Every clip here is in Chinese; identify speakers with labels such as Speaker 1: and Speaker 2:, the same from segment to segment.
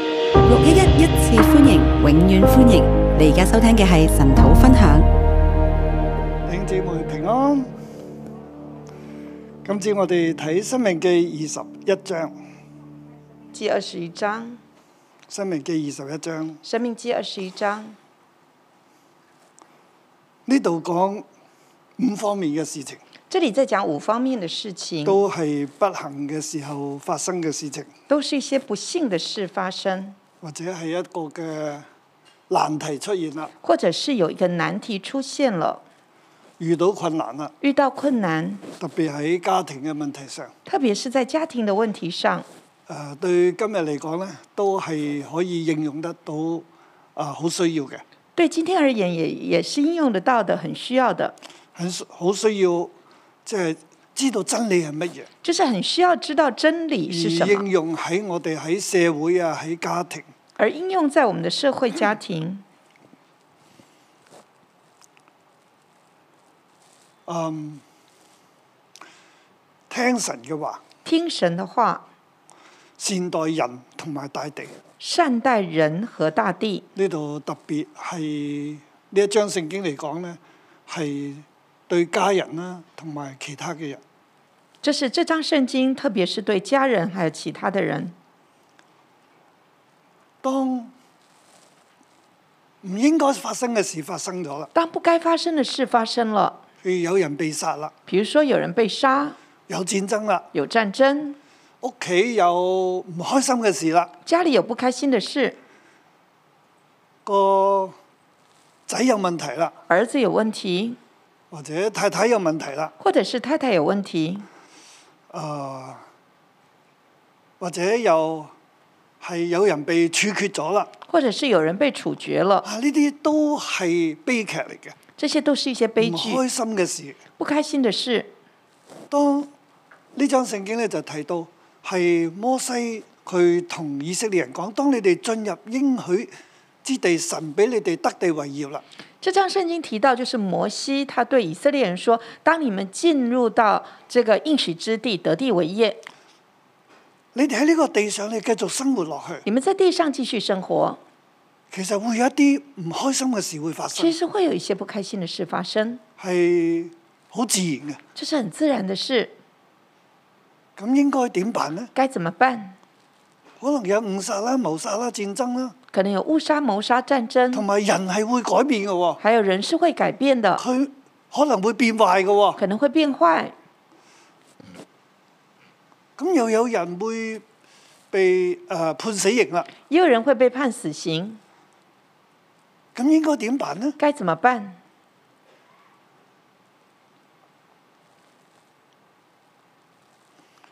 Speaker 1: 一一一次歡迎，永遠歡迎！你而家收聽嘅係神土分享。
Speaker 2: 弟兄姊妹平安。今朝我哋睇《申命記》二十一章，《
Speaker 3: 记二十一章，
Speaker 2: 申命記》二十一章
Speaker 3: 生命记二十一章，
Speaker 2: 呢度講五方面嘅事情，
Speaker 3: 这里在讲五方面的事情，都
Speaker 2: 都係不幸嘅時候發生嘅事情，
Speaker 3: 是一些不幸的事发生，
Speaker 2: 或者係一個嘅難題出現啦，
Speaker 3: 或者是有一个难题出现了，
Speaker 2: 遇到困難啦，
Speaker 3: 遇到困難，
Speaker 2: 特別喺家庭嘅問題上。
Speaker 3: 特別是在家庭的问題上，
Speaker 2: 誒、對今日嚟講呢，都係可以應用得到，啊、好需要嘅，
Speaker 3: 对今天而言也也是应用得到的，很需要的，
Speaker 2: 很需好需要，即、係、知道真理係乜嘢。
Speaker 3: 就是很需要知道真理是什
Speaker 2: 而應
Speaker 3: 么，
Speaker 2: 用喺我哋喺社會啊，喺家庭，
Speaker 3: 而应用在我们的社会家庭。
Speaker 2: 嗯，聽神嘅話，
Speaker 3: 听神的话，
Speaker 2: 善待人同埋大地。
Speaker 3: 善待人和大地。
Speaker 2: 呢度特別係呢一章聖經嚟講呢，係對家人啦、同埋其他嘅人。
Speaker 3: 这是这张圣经，特别是对家人还有其他的人。
Speaker 2: 當唔應該發生嘅事發生咗啦，
Speaker 3: 当不该发生的事发生了，
Speaker 2: 譬如有人被殺啦，
Speaker 3: 比如说有人被杀、
Speaker 2: 有戰爭啦，
Speaker 3: 有战争、
Speaker 2: 屋企有唔開心嘅事啦，
Speaker 3: 家里有不开心的事、
Speaker 2: 個仔有問題啦，
Speaker 3: 儿子有问题，
Speaker 2: 或者太太有問題啦。
Speaker 3: 或者是太太有问题，
Speaker 2: 啊，或者又係有人被處決咗啦。
Speaker 3: 或者是有人被处决了，
Speaker 2: 啊，呢啲都係悲劇嚟嘅，
Speaker 3: 这些都是一些悲
Speaker 2: 唔
Speaker 3: 剧、
Speaker 2: 開心嘅事。
Speaker 3: 不开心的事。
Speaker 2: 當呢章聖經咧就提到係摩西佢同以色列人講：，當你哋進入應許之地，神俾你哋得地為業啦。
Speaker 3: 这张圣经提到，就是摩西他对以色列人说：“当你们进入到这个应许之地，得地为业，
Speaker 2: 你哋喺呢個地上，你繼續生活落去，
Speaker 3: 你们在地上继续生活。
Speaker 2: 其實會有一啲唔開心嘅事會發”
Speaker 3: 其
Speaker 2: 生，
Speaker 3: 实会有一些不开心的事发生，
Speaker 2: 係好自然嘅。
Speaker 3: 这是很自然的事。
Speaker 2: 咁應該點辦呢？
Speaker 3: 该怎么办？
Speaker 2: 可能有誤殺啦、謀殺啦、戰爭啦，
Speaker 3: 可能有误杀、谋杀、战
Speaker 2: 同
Speaker 3: 争，
Speaker 2: 埋人係會改變嘅喎，
Speaker 3: 还有人是会改变的，
Speaker 2: 佢可能會變壞嘅喎，
Speaker 3: 可能会变坏，
Speaker 2: 咁又有人會被誒、呃判死刑啦，
Speaker 3: 也有人会被判死刑，
Speaker 2: 咁應該點辦呢？
Speaker 3: 该怎么办？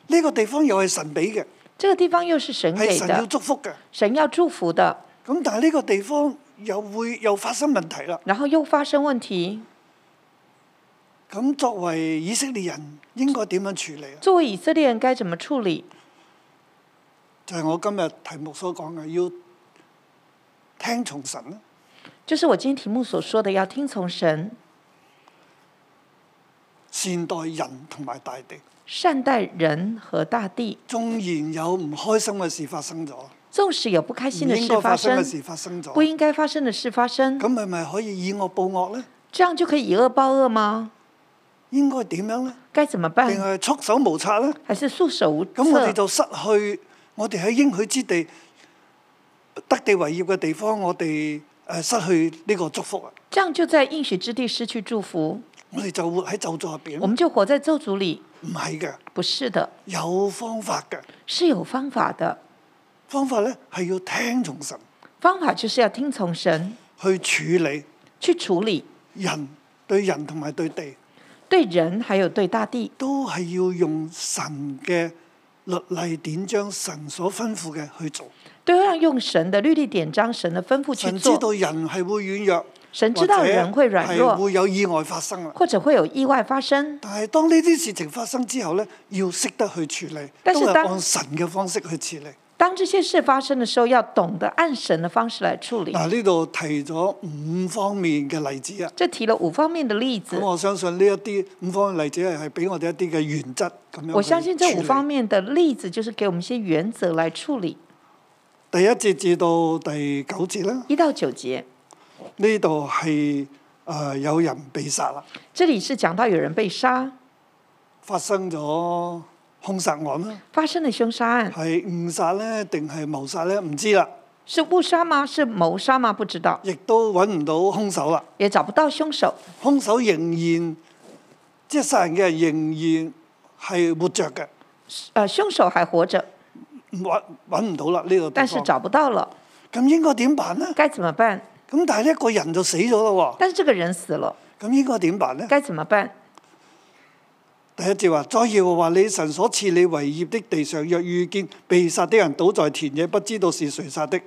Speaker 2: 呢、個地方又係神俾嘅，
Speaker 3: 这个地方又是神
Speaker 2: 係
Speaker 3: 给
Speaker 2: 哎神要
Speaker 3: 的，
Speaker 2: 祝福嘅，
Speaker 3: 神要祝福的，
Speaker 2: 咁但係呢個地方又會又發生問題啦。
Speaker 3: 然后又发生問題，
Speaker 2: 咁作為以色列人應該點樣處理啊？
Speaker 3: 作为以色列人该怎么处理？
Speaker 2: 就係、我今日題目所講嘅，要聽從神啦。
Speaker 3: 就是我今天題目所说的，要聽從神，
Speaker 2: 善待人同埋大地，
Speaker 3: 善待人和大地。
Speaker 2: 縱然有唔開心嘅事發生咗，
Speaker 3: 縱使有不開
Speaker 2: 唔
Speaker 3: 心的
Speaker 2: 應
Speaker 3: 事
Speaker 2: 該
Speaker 3: 發
Speaker 2: 發生
Speaker 3: 生嗯
Speaker 2: 嘅，事哦發生
Speaker 3: 不
Speaker 2: 咗，
Speaker 3: 應該發生的事發生，
Speaker 2: 咁係咪可以以惡報惡呢？
Speaker 3: 這樣就可以以惡報惡嗎？
Speaker 2: 應該點樣呢？
Speaker 3: 該怎麼
Speaker 2: 定
Speaker 3: 辦？
Speaker 2: 係束手無策呢？
Speaker 3: 還是束手無策？
Speaker 2: 啊咁我哋就失去我哋喺應許之地得地為業嘅地方，我哋誒失去呢個祝福啊！
Speaker 3: 这样就在应许之地失去祝福，
Speaker 2: 我哋就活喺咒詛入
Speaker 3: 我
Speaker 2: 邊，
Speaker 3: 们就活在咒诅里。
Speaker 2: 唔係嘅，
Speaker 3: 不是的，
Speaker 2: 有方法嘅。
Speaker 3: 是有方法的。
Speaker 2: 方法呢係要聽從神
Speaker 3: 方法就是要听从神
Speaker 2: 去處理
Speaker 3: 去处理，
Speaker 2: 人對人同埋對地，
Speaker 3: 对人还有对大地，
Speaker 2: 都係要用神嘅律例典章、神所吩咐嘅去做。
Speaker 3: 都要用神的律例典章、神的吩咐去
Speaker 2: 神知
Speaker 3: 做。
Speaker 2: 道人係會軟弱，
Speaker 3: 神知道人會軟弱
Speaker 2: 或者係會有意外發生啦。
Speaker 3: 或者會有意外发生，
Speaker 2: 但係當呢啲事情發生之後呢，要識得去處理，
Speaker 3: 但是
Speaker 2: 都係
Speaker 3: 當
Speaker 2: 按神嘅方式去處理。
Speaker 3: 当这些事发生的时候，要懂得按神的方式来处理。
Speaker 2: 嗱，呢度提咗五方面嘅例子啊。
Speaker 3: 这提了五方面的例
Speaker 2: 咁
Speaker 3: 子，
Speaker 2: 我相信呢一啲五方面例子係係俾我哋一啲嘅原則咁樣。
Speaker 3: 我相信这五方，面的例子就是给我们一些原则来处理。
Speaker 2: 第一節至到第九節啦。
Speaker 3: 一到九节，
Speaker 2: 呢度係誒有人被殺啦，
Speaker 3: 这里是讲到有人被杀，
Speaker 2: 發生咗兇殺案啦，
Speaker 3: 发生了凶杀案，
Speaker 2: 係誤殺咧定係謀殺咧？唔知啦，
Speaker 3: 是误杀吗？是谋杀吗？不知道，
Speaker 2: 亦都揾唔到兇手啦。
Speaker 3: 也找不到凶手。
Speaker 2: 兇手仍然即係殺人嘅人仍然係活着嘅，
Speaker 3: 呃，凶手还活着，
Speaker 2: 唔揾揾唔到啦呢個地
Speaker 3: 但是
Speaker 2: 方。
Speaker 3: 找不到了，
Speaker 2: 咁應該點辦呢？
Speaker 3: 该怎么辦？
Speaker 2: 咁但係一個人就死咗咯
Speaker 3: 但是这个人死了，
Speaker 2: 喎，咁應該點辦呢？
Speaker 3: 该怎么辦？
Speaker 2: 第一節話：再耶和華你神所賜你為業的地上，若遇見被殺的人倒在田野，不知道是誰殺的，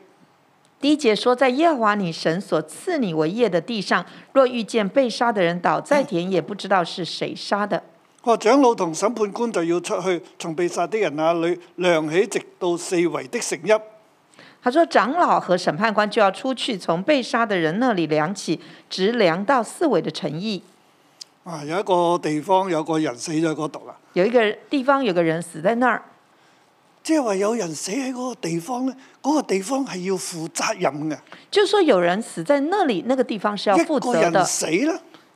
Speaker 3: 第一节说，在耶和华你神所赐你为业的地上，若遇见被杀的人倒在田野，不知道是谁杀的。
Speaker 2: 佢話長老同審判官就要出去，從被殺的人那裏量起，直到四圍的城邑。
Speaker 3: 他说，长老和审判官就要出去，从被杀的人那里量起，直量到四围的诚意。
Speaker 2: 啊，有一個地方有個人死咗喺嗰度啦，
Speaker 3: 有一个地方有个人死在那儿，
Speaker 2: 即係話有人死喺嗰個地方咧，嗰、個地方係要負責任嘅。
Speaker 3: 就说有人死在那里，那个地方是要负
Speaker 2: 一個
Speaker 3: 责的
Speaker 2: 人。死咧，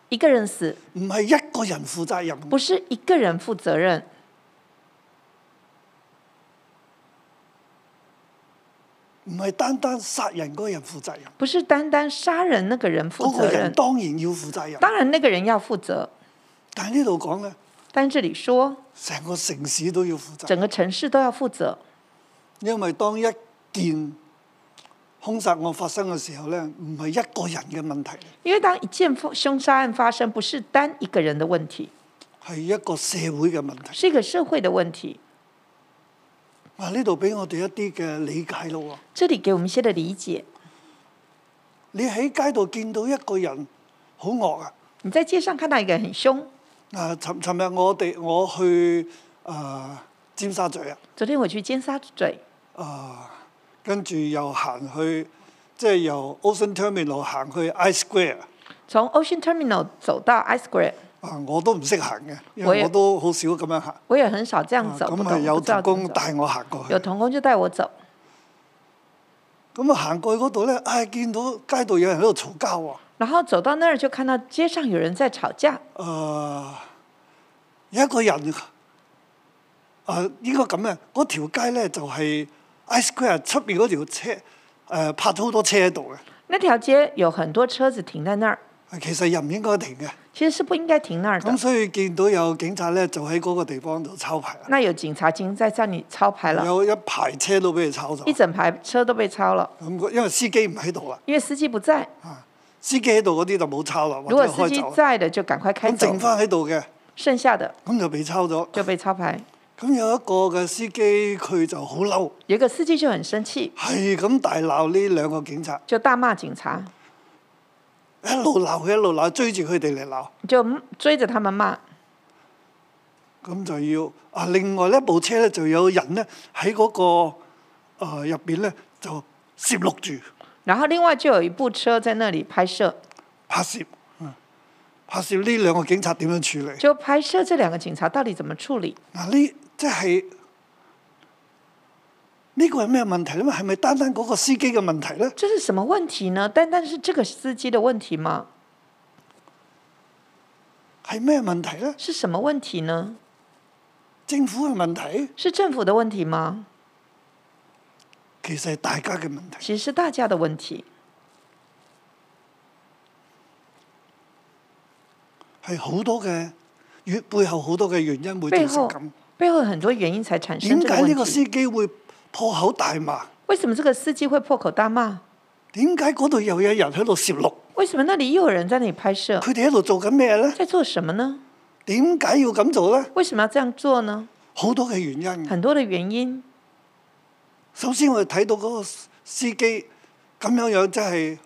Speaker 3: 一個人死
Speaker 2: 唔係一個人負責任嘅。
Speaker 3: 不是一个人负责任，
Speaker 2: 唔係單單殺人嗰個人負責任，
Speaker 3: 不是单单杀人那个人负
Speaker 2: 嗰、個
Speaker 3: 责
Speaker 2: 人
Speaker 3: 任。
Speaker 2: 當然要負責任。
Speaker 3: 当然，那个人要负责，
Speaker 2: 但係呢度講咧，
Speaker 3: 但这里说
Speaker 2: 成個城市都要負責
Speaker 3: 整，个城市都要負責，
Speaker 2: 因為當一件兇殺案發生嘅時候咧，唔係一個人嘅問題，
Speaker 3: 因为当一件凶杀案发生，不是单一个人的问题，
Speaker 2: 係一個社會嘅問題。
Speaker 3: 是一个社会的问题。
Speaker 2: 啊，呢度俾我哋一啲嘅理解咯喎。
Speaker 3: 这里给我们一些的理解。
Speaker 2: 你喺街度見到一個人好惡啊！
Speaker 3: 你在街上看到一个人很凶，
Speaker 2: 啊，尋尋日我哋我去啊尖沙咀啊，
Speaker 3: 昨天我去尖沙咀，
Speaker 2: 啊跟住又行去，即係由 Ocean Terminal 行去 I Square
Speaker 3: 从 Ocean Terminal 走到 I Square，
Speaker 2: 啊，我都唔識行嘅，因
Speaker 3: 我
Speaker 2: 為
Speaker 3: 也
Speaker 2: 我都好少咁樣行。
Speaker 3: 我也很少这样
Speaker 2: 啊
Speaker 3: 走，
Speaker 2: 咁
Speaker 3: 不懂
Speaker 2: 啊有
Speaker 3: 不知道
Speaker 2: 特
Speaker 3: 怎么
Speaker 2: 工
Speaker 3: 走
Speaker 2: 帶我行過去
Speaker 3: 有，童工就帶我走，
Speaker 2: 咁啊行過去嗰度咧，唉、見到街道有人喺度嘈交喎，
Speaker 3: 然后走到那儿就看到街上有人在吵架，
Speaker 2: 啊有一個人啊應該咁嘅，嗰條街咧就係、I Square 出邊嗰條車誒、呃泊咗好多車喺度嘅，
Speaker 3: 那条街有很多车子停在那儿，
Speaker 2: 其實又唔應該停嘅，
Speaker 3: 其实是不应该停那儿的
Speaker 2: 咁。所以見到有警察咧就喺嗰個地方度抄牌啦，
Speaker 3: 那有警察已经在向你抄牌了，
Speaker 2: 有一排車都俾佢抄走
Speaker 3: 一，整排车都被抄了，
Speaker 2: 咁個因為司機唔喺度啦，
Speaker 3: 因为司机不在。
Speaker 2: 啊司機喺度嗰啲就冇抄啦，或
Speaker 3: 如果
Speaker 2: 者
Speaker 3: 司
Speaker 2: 開
Speaker 3: 机
Speaker 2: 走啦，
Speaker 3: 在的，就赶快开
Speaker 2: 咁
Speaker 3: 走
Speaker 2: 剩，翻喺度嘅，
Speaker 3: 剩下的
Speaker 2: 咁就被抄咗。
Speaker 3: 就被抄牌。
Speaker 2: 咁有一個嘅司機，佢就好嬲，
Speaker 3: 有一个司机就很生气，
Speaker 2: 係咁大鬧呢兩個警察，
Speaker 3: 就大骂警察，
Speaker 2: 一路鬧佢，一路鬧，追住佢哋嚟鬧。
Speaker 3: 就追着他们骂。
Speaker 2: 咁就要啊，另外呢部車咧就有人咧喺嗰個誒入邊咧就攝錄住
Speaker 3: 然后另外就有一部车在那里拍摄，
Speaker 2: 拍攝，嗯拍攝呢兩個警察點樣處理？
Speaker 3: 就拍摄这两个警察到底怎么处理？
Speaker 2: 嗱，呢即係呢個係咩問題咧？係咪單單嗰個司機嘅問題咧？
Speaker 3: 这是什么问题呢？单单是这个司机的问题吗？
Speaker 2: 係咩問題咧？
Speaker 3: 是什么问题呢？
Speaker 2: 政府嘅問題，
Speaker 3: 是政府的问题吗？
Speaker 2: 其實係大家嘅問題。
Speaker 3: 其实是大家的问题，
Speaker 2: 係好多嘅原背後好多嘅原因會
Speaker 3: 背
Speaker 2: 造成
Speaker 3: 后
Speaker 2: 咁。
Speaker 3: 背后有很多原因才产生
Speaker 2: 點
Speaker 3: 这个
Speaker 2: 解呢個
Speaker 3: 问题。
Speaker 2: 司機會破口大罵？
Speaker 3: 为什么这个司机会破口大罵？
Speaker 2: 點解嗰度又有人喺度攝錄？
Speaker 3: 为什么那里又有人在那里拍摄？
Speaker 2: 佢哋喺度做緊咩呢？
Speaker 3: 在做什么呢？
Speaker 2: 點解要咁做呢？
Speaker 3: 为什么要这样做呢？
Speaker 2: 好多嘅原因。
Speaker 3: 很多的原因。
Speaker 2: 首先我哋睇到嗰個司機咁樣樣，即係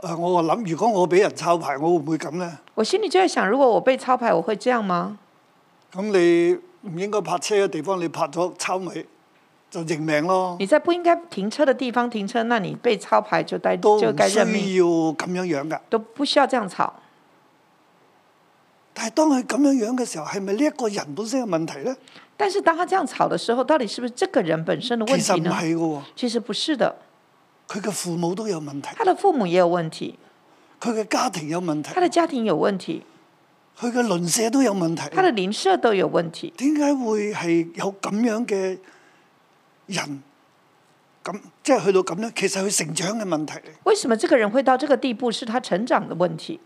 Speaker 2: 誒，我話諗，如果我俾人抄牌，我會唔會咁呢？
Speaker 3: 我心里就在想，如果我被抄牌，我会这样嗎？
Speaker 2: 咁你唔應該泊車嘅地方，你泊咗抄咪就認命咯，
Speaker 3: 你在不应该停车的地方停车，那你被抄牌就该
Speaker 2: 都唔
Speaker 3: 就该
Speaker 2: 需
Speaker 3: 认
Speaker 2: 要
Speaker 3: 命，
Speaker 2: 咁樣樣㗎。
Speaker 3: 都不需要这样吵。
Speaker 2: 但係當佢咁樣樣嘅時候，係咪呢一個人本身嘅問題咧？
Speaker 3: 但是当他这样吵的时候，到底是不是这个人本身的
Speaker 2: 其
Speaker 3: 问
Speaker 2: 實
Speaker 3: 题
Speaker 2: 唔
Speaker 3: 呢？
Speaker 2: 係嘅喎，
Speaker 3: 其实不是的，
Speaker 2: 佢嘅父母都有問題，
Speaker 3: 他的父母也有问题，
Speaker 2: 佢嘅家庭有問題，
Speaker 3: 他的家庭有问题，
Speaker 2: 佢嘅鄰舍都有問題。
Speaker 3: 他的邻舍都有问題。
Speaker 2: 點解會係有咁樣嘅人？咁即係去到咁樣，其實佢成長嘅問題嚟。
Speaker 3: 为什么这个人会到这个地步？是他成长的问题。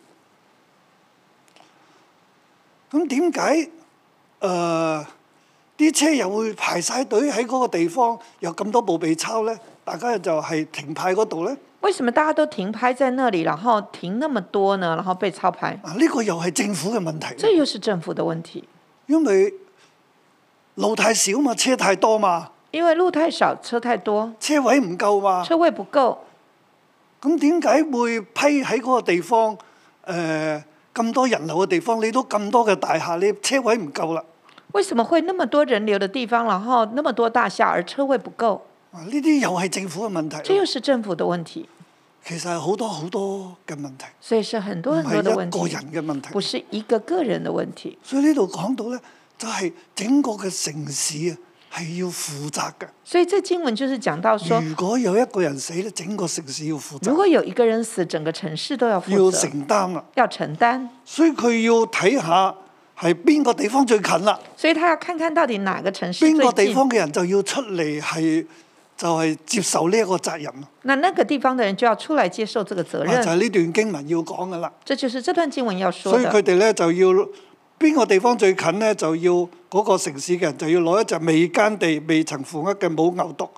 Speaker 2: 咁點解誒啲車又會排晒隊喺嗰個地方，有咁多部被抄咧？大家就係停派嗰度咧。
Speaker 3: 为什么大家都停拍在那里，然后停那么多呢？然后被操盘，
Speaker 2: 啊，呢、個又係政府嘅問題，
Speaker 3: 这又是政府的问题。
Speaker 2: 因為路太少嘛，車太多嘛，
Speaker 3: 因为路太少，车太多，
Speaker 2: 車位唔夠嘛。
Speaker 3: 车位不够，
Speaker 2: 咁點解會批喺嗰個地方？誒、咁多人流嘅地方，你都咁多嘅大廈，你車位唔夠啦。
Speaker 3: 为什么会那么多人流的地方，然后那么多大厦，而车位不够？
Speaker 2: 啊，呢啲又係政府嘅問題
Speaker 3: 这
Speaker 2: 咯。
Speaker 3: 又是政府的问题，
Speaker 2: 其實係好多好多嘅問題，
Speaker 3: 所以是很多
Speaker 2: 唔
Speaker 3: 很
Speaker 2: 係
Speaker 3: 多的问
Speaker 2: 一
Speaker 3: 题
Speaker 2: 個，人嘅問題
Speaker 3: 不。是一个个人的问题。
Speaker 2: 所以呢度講到咧，就係、整個嘅城市啊，係要負責嘅。
Speaker 3: 所以这经文就是讲到说，
Speaker 2: 如果有一個人死咧，整個城市要負
Speaker 3: 如
Speaker 2: 責，
Speaker 3: 果有一个人死，整个城市都要负
Speaker 2: 要
Speaker 3: 责，
Speaker 2: 承擔啦。
Speaker 3: 要承担。
Speaker 2: 所以佢要睇下係邊個地方最近啦，
Speaker 3: 所以他要看看到底哪个城市
Speaker 2: 邊個
Speaker 3: 最
Speaker 2: 地
Speaker 3: 近。
Speaker 2: 方嘅人就要出嚟係就係、接受呢一個責任。
Speaker 3: 那那个地方的人就要出来接受这个责
Speaker 2: 啊就
Speaker 3: 任，
Speaker 2: 係呢段經文要講嘅啦。
Speaker 3: 这就是这段经文要说
Speaker 2: 所以佢
Speaker 3: 的。
Speaker 2: 哋咧就要邊個地方最近咧，就要嗰個城市嘅人就要攞一隻未耕地、未曾負軛嘅母牛犢，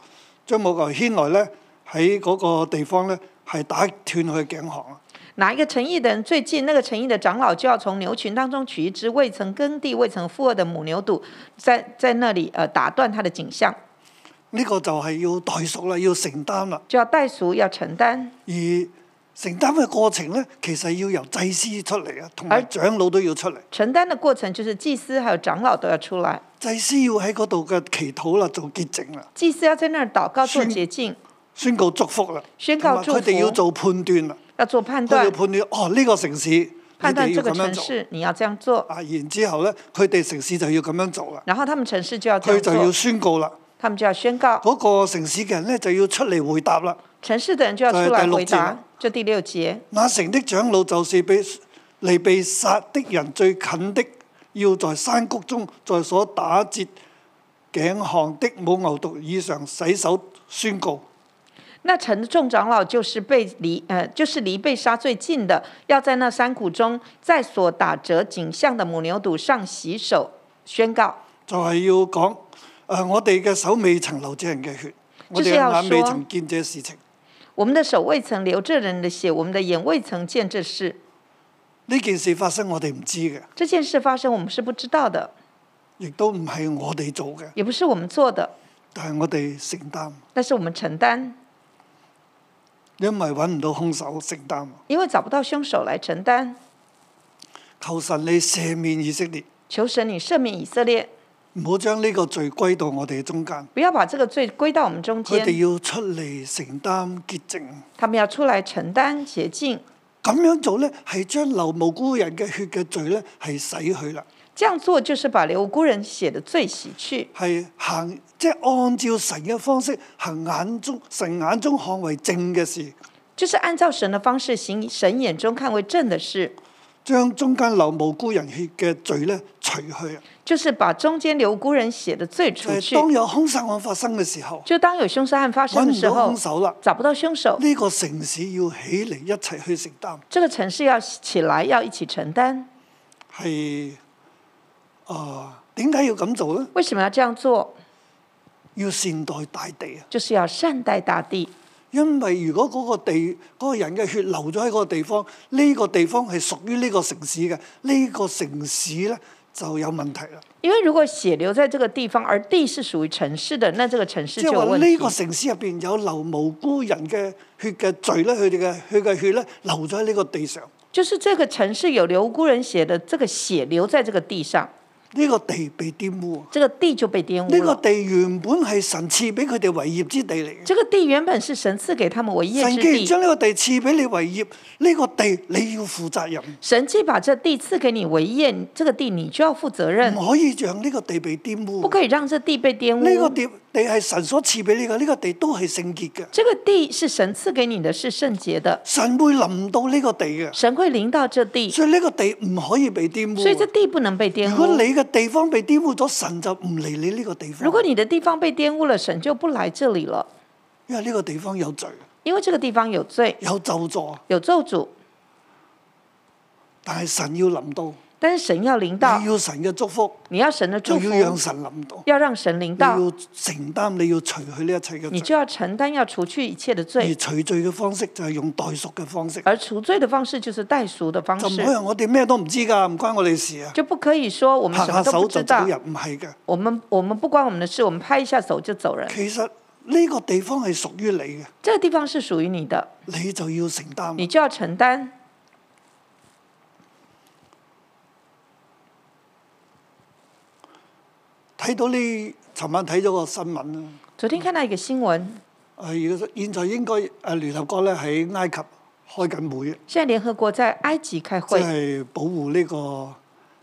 Speaker 2: 將母牛牽來咧，喺嗰個地方咧係打斷佢嘅頸項啊！
Speaker 3: 哪一个城邑的人最近，那个城邑的长老就要从牛群当中取一只未曾耕地、未曾负荷的母牛犊，在在那里呃打断它的颈项，
Speaker 2: 呢、個就係要代贖啦，要承擔啦。
Speaker 3: 就要代赎，要承担。
Speaker 2: 而承擔嘅過程咧，其實要由祭司出嚟啊，同埋
Speaker 3: 而
Speaker 2: 長老都要出嚟。
Speaker 3: 承担的过程就是祭司还有长老都要出来，
Speaker 2: 祭司要喺嗰度嘅祈禱啦，做潔淨啦，
Speaker 3: 祭司要在那儿祷告做
Speaker 2: 宣
Speaker 3: 洁净，
Speaker 2: 宣告祝福啦，
Speaker 3: 宣告
Speaker 2: 同埋佢
Speaker 3: 祝
Speaker 2: 哋
Speaker 3: 福
Speaker 2: 要做判斷啦，
Speaker 3: 要做判
Speaker 2: 佢哋要
Speaker 3: 断，
Speaker 2: 判斷哦呢、個城市你
Speaker 3: 判断
Speaker 2: 哋
Speaker 3: 这
Speaker 2: 要
Speaker 3: 个
Speaker 2: 咁樣
Speaker 3: 城
Speaker 2: 做。
Speaker 3: 市你要这样做，
Speaker 2: 啊，然之後咧，佢哋城市就要咁樣做啦，
Speaker 3: 然后他们城市就要这
Speaker 2: 佢
Speaker 3: 样
Speaker 2: 就要
Speaker 3: 做，
Speaker 2: 宣告啦，
Speaker 3: 他们就要宣告。
Speaker 2: 嗰、個城市嘅人咧就要出嚟回答啦。
Speaker 3: 城市的人就要出
Speaker 2: 在
Speaker 3: 来
Speaker 2: 第六
Speaker 3: 回
Speaker 2: 节了
Speaker 3: 答，就第六节。
Speaker 2: 那城的長老就是被離被殺的人最近的，要在山谷中，在所打折頸項的母牛犢以上洗手宣告。
Speaker 3: 那城的众长老就是被离呃，就是离被杀最近的，要在那山谷中，在所打折颈项的母牛犊上洗手，宣告，
Speaker 2: 就係要講誒、呃我哋嘅手未曾流這人嘅血，我哋
Speaker 3: 就是要
Speaker 2: 嘅眼未
Speaker 3: 說
Speaker 2: 曾見這事情。
Speaker 3: 我们的手未曾流这人的血，我们的眼未曾见这事。
Speaker 2: 呢件事發生，我哋唔知嘅，
Speaker 3: 这件事发生，我们是不知道的，
Speaker 2: 亦都唔係我哋做嘅，
Speaker 3: 也不是我们做的，
Speaker 2: 但係我哋承擔。
Speaker 3: 但是我们承担，
Speaker 2: 因為揾唔到兇手承擔。
Speaker 3: 因为找不到凶手来承担。
Speaker 2: 求神你赦免以色列，
Speaker 3: 求神你赦免以色列，
Speaker 2: 唔好將呢個罪歸到我哋中間。
Speaker 3: 不要把这个罪归到我们中
Speaker 2: 佢哋
Speaker 3: 间，
Speaker 2: 要出嚟承擔潔淨，
Speaker 3: 他们要出来承担洁净。
Speaker 2: 咁樣做呢，係將流無辜人嘅血嘅罪呢，係洗去啦，
Speaker 3: 这样做就是把流无辜人血的罪洗去，
Speaker 2: 係行即係按照神嘅方式行眼中神眼中看為正嘅事，
Speaker 3: 就是按照神的方式行神眼中看为正的事，
Speaker 2: 將中間流無辜人血嘅罪呢除去啊。
Speaker 3: 就是把中间流无辜人血的罪
Speaker 2: 就
Speaker 3: 除
Speaker 2: 係、
Speaker 3: 去。
Speaker 2: 當有兇殺案發生嘅時候，
Speaker 3: 就当有凶杀案发
Speaker 2: 揾
Speaker 3: 生的
Speaker 2: 唔
Speaker 3: 时
Speaker 2: 到
Speaker 3: 候
Speaker 2: 兇，手啦，
Speaker 3: 找不到凶手，
Speaker 2: 呢、個城市要起嚟一齊去承擔。
Speaker 3: 这个城市要起来，要一起承担。
Speaker 2: 係啊，點解要咁做咧？
Speaker 3: 为什么要这样做？
Speaker 2: 要善待大地啊！
Speaker 3: 就是要善待大地，
Speaker 2: 因為如果嗰個地嗰、個人嘅血流咗喺嗰個地方，呢、個地方係屬於呢個城市嘅，呢、個城市咧就有問題啦。
Speaker 3: 因为如果血流在这个地方，而地是属于城市的，那这个城市
Speaker 2: 即
Speaker 3: 就
Speaker 2: 係
Speaker 3: 有
Speaker 2: 話
Speaker 3: 问
Speaker 2: 呢
Speaker 3: 题。
Speaker 2: 個城市入邊有流無辜人嘅血嘅罪咧，佢哋嘅佢嘅血咧流咗喺呢個地上，
Speaker 3: 就是这个城市有流无辜人血的，这个血流在这个地上，
Speaker 2: 呢個地被玷污啊。
Speaker 3: 这个地就被玷污
Speaker 2: 呢個
Speaker 3: 了。
Speaker 2: 地原本係神賜俾佢哋為業之地嚟嘅，
Speaker 3: 这个地原本是神赐给他们为业
Speaker 2: 神
Speaker 3: 之
Speaker 2: 既然
Speaker 3: 地，
Speaker 2: 將呢個地賜俾你為業，呢、個地你要負責任，
Speaker 3: 神既把这地赐给你为业，这个地你就要负责任，
Speaker 2: 唔可以讓呢個地被玷污
Speaker 3: 嗯
Speaker 2: 啊
Speaker 3: 不。可以让这地被玷
Speaker 2: 呢個
Speaker 3: 污。
Speaker 2: 地地係神所賜俾你嘅，呢、個地都係聖潔嘅，
Speaker 3: 这个地是神赐给你的，是圣洁的，
Speaker 2: 神會臨到呢個地嘅，
Speaker 3: 神会临到这地，
Speaker 2: 所以呢個地唔可以被玷污
Speaker 3: 所以这
Speaker 2: 嘅。
Speaker 3: 地不能被玷
Speaker 2: 如果你
Speaker 3: 污。
Speaker 2: 嘅地方被玷污咗，神就唔嚟你呢個地
Speaker 3: 如果
Speaker 2: 方，
Speaker 3: 你的地方被玷污了，神就不来这里了，
Speaker 2: 因為呢個地方有罪，
Speaker 3: 因为这个地方有罪、
Speaker 2: 有咒詛，
Speaker 3: 有咒诅，
Speaker 2: 但係神要臨到，
Speaker 3: 但是神要临到
Speaker 2: 你，要神嘅祝福，
Speaker 3: 你要神的
Speaker 2: 就
Speaker 3: 祝福
Speaker 2: 要，讓神臨到。
Speaker 3: 要让神临
Speaker 2: 你
Speaker 3: 到，
Speaker 2: 要承擔，你要除去呢一切嘅
Speaker 3: 你
Speaker 2: 罪。
Speaker 3: 就要承担要除去一切的
Speaker 2: 而
Speaker 3: 罪，
Speaker 2: 除罪嘅方式就係用代贖嘅方式，
Speaker 3: 而除罪的方式就是代赎的方
Speaker 2: 就唔
Speaker 3: 式
Speaker 2: 可以，話我哋咩都唔知㗎，唔關我哋事啊！
Speaker 3: 就不可以说我们
Speaker 2: 拍
Speaker 3: 什
Speaker 2: 下
Speaker 3: 么都
Speaker 2: 手
Speaker 3: 不
Speaker 2: 就
Speaker 3: 知
Speaker 2: 走
Speaker 3: 道，
Speaker 2: 人，唔係嘅。
Speaker 3: 我们我们不关我们的事，我们拍一下手就走人。
Speaker 2: 其實呢個地方係屬於你嘅，
Speaker 3: 这个地方是属于你的，
Speaker 2: 你就要承
Speaker 3: 你
Speaker 2: 擔。啊
Speaker 3: 就要承担。
Speaker 2: 睇到呢，尋晚睇咗個新聞啦。
Speaker 3: 昨天看到一个新闻，
Speaker 2: 誒，而家現在應該誒聯合國咧喺埃及開緊會，啊
Speaker 3: 现在聯合國在埃及開
Speaker 2: 即
Speaker 3: 會，
Speaker 2: 係保護呢個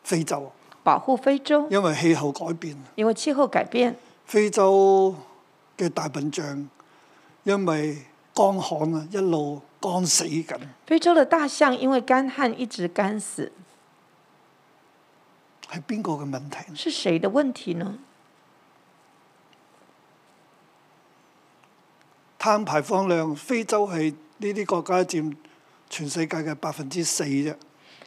Speaker 2: 非洲，
Speaker 3: 保護非洲，
Speaker 2: 因為氣候改變。
Speaker 3: 因為氣候改變，
Speaker 2: 非洲嘅大笨象，因為乾旱啊，一路乾死緊。
Speaker 3: 非洲的大象因為乾旱一直乾死，
Speaker 2: 係邊個嘅問題呢？
Speaker 3: 是誰的問題呢？
Speaker 2: 碳排放量，非洲係呢啲國家佔全世界嘅百分之四啫。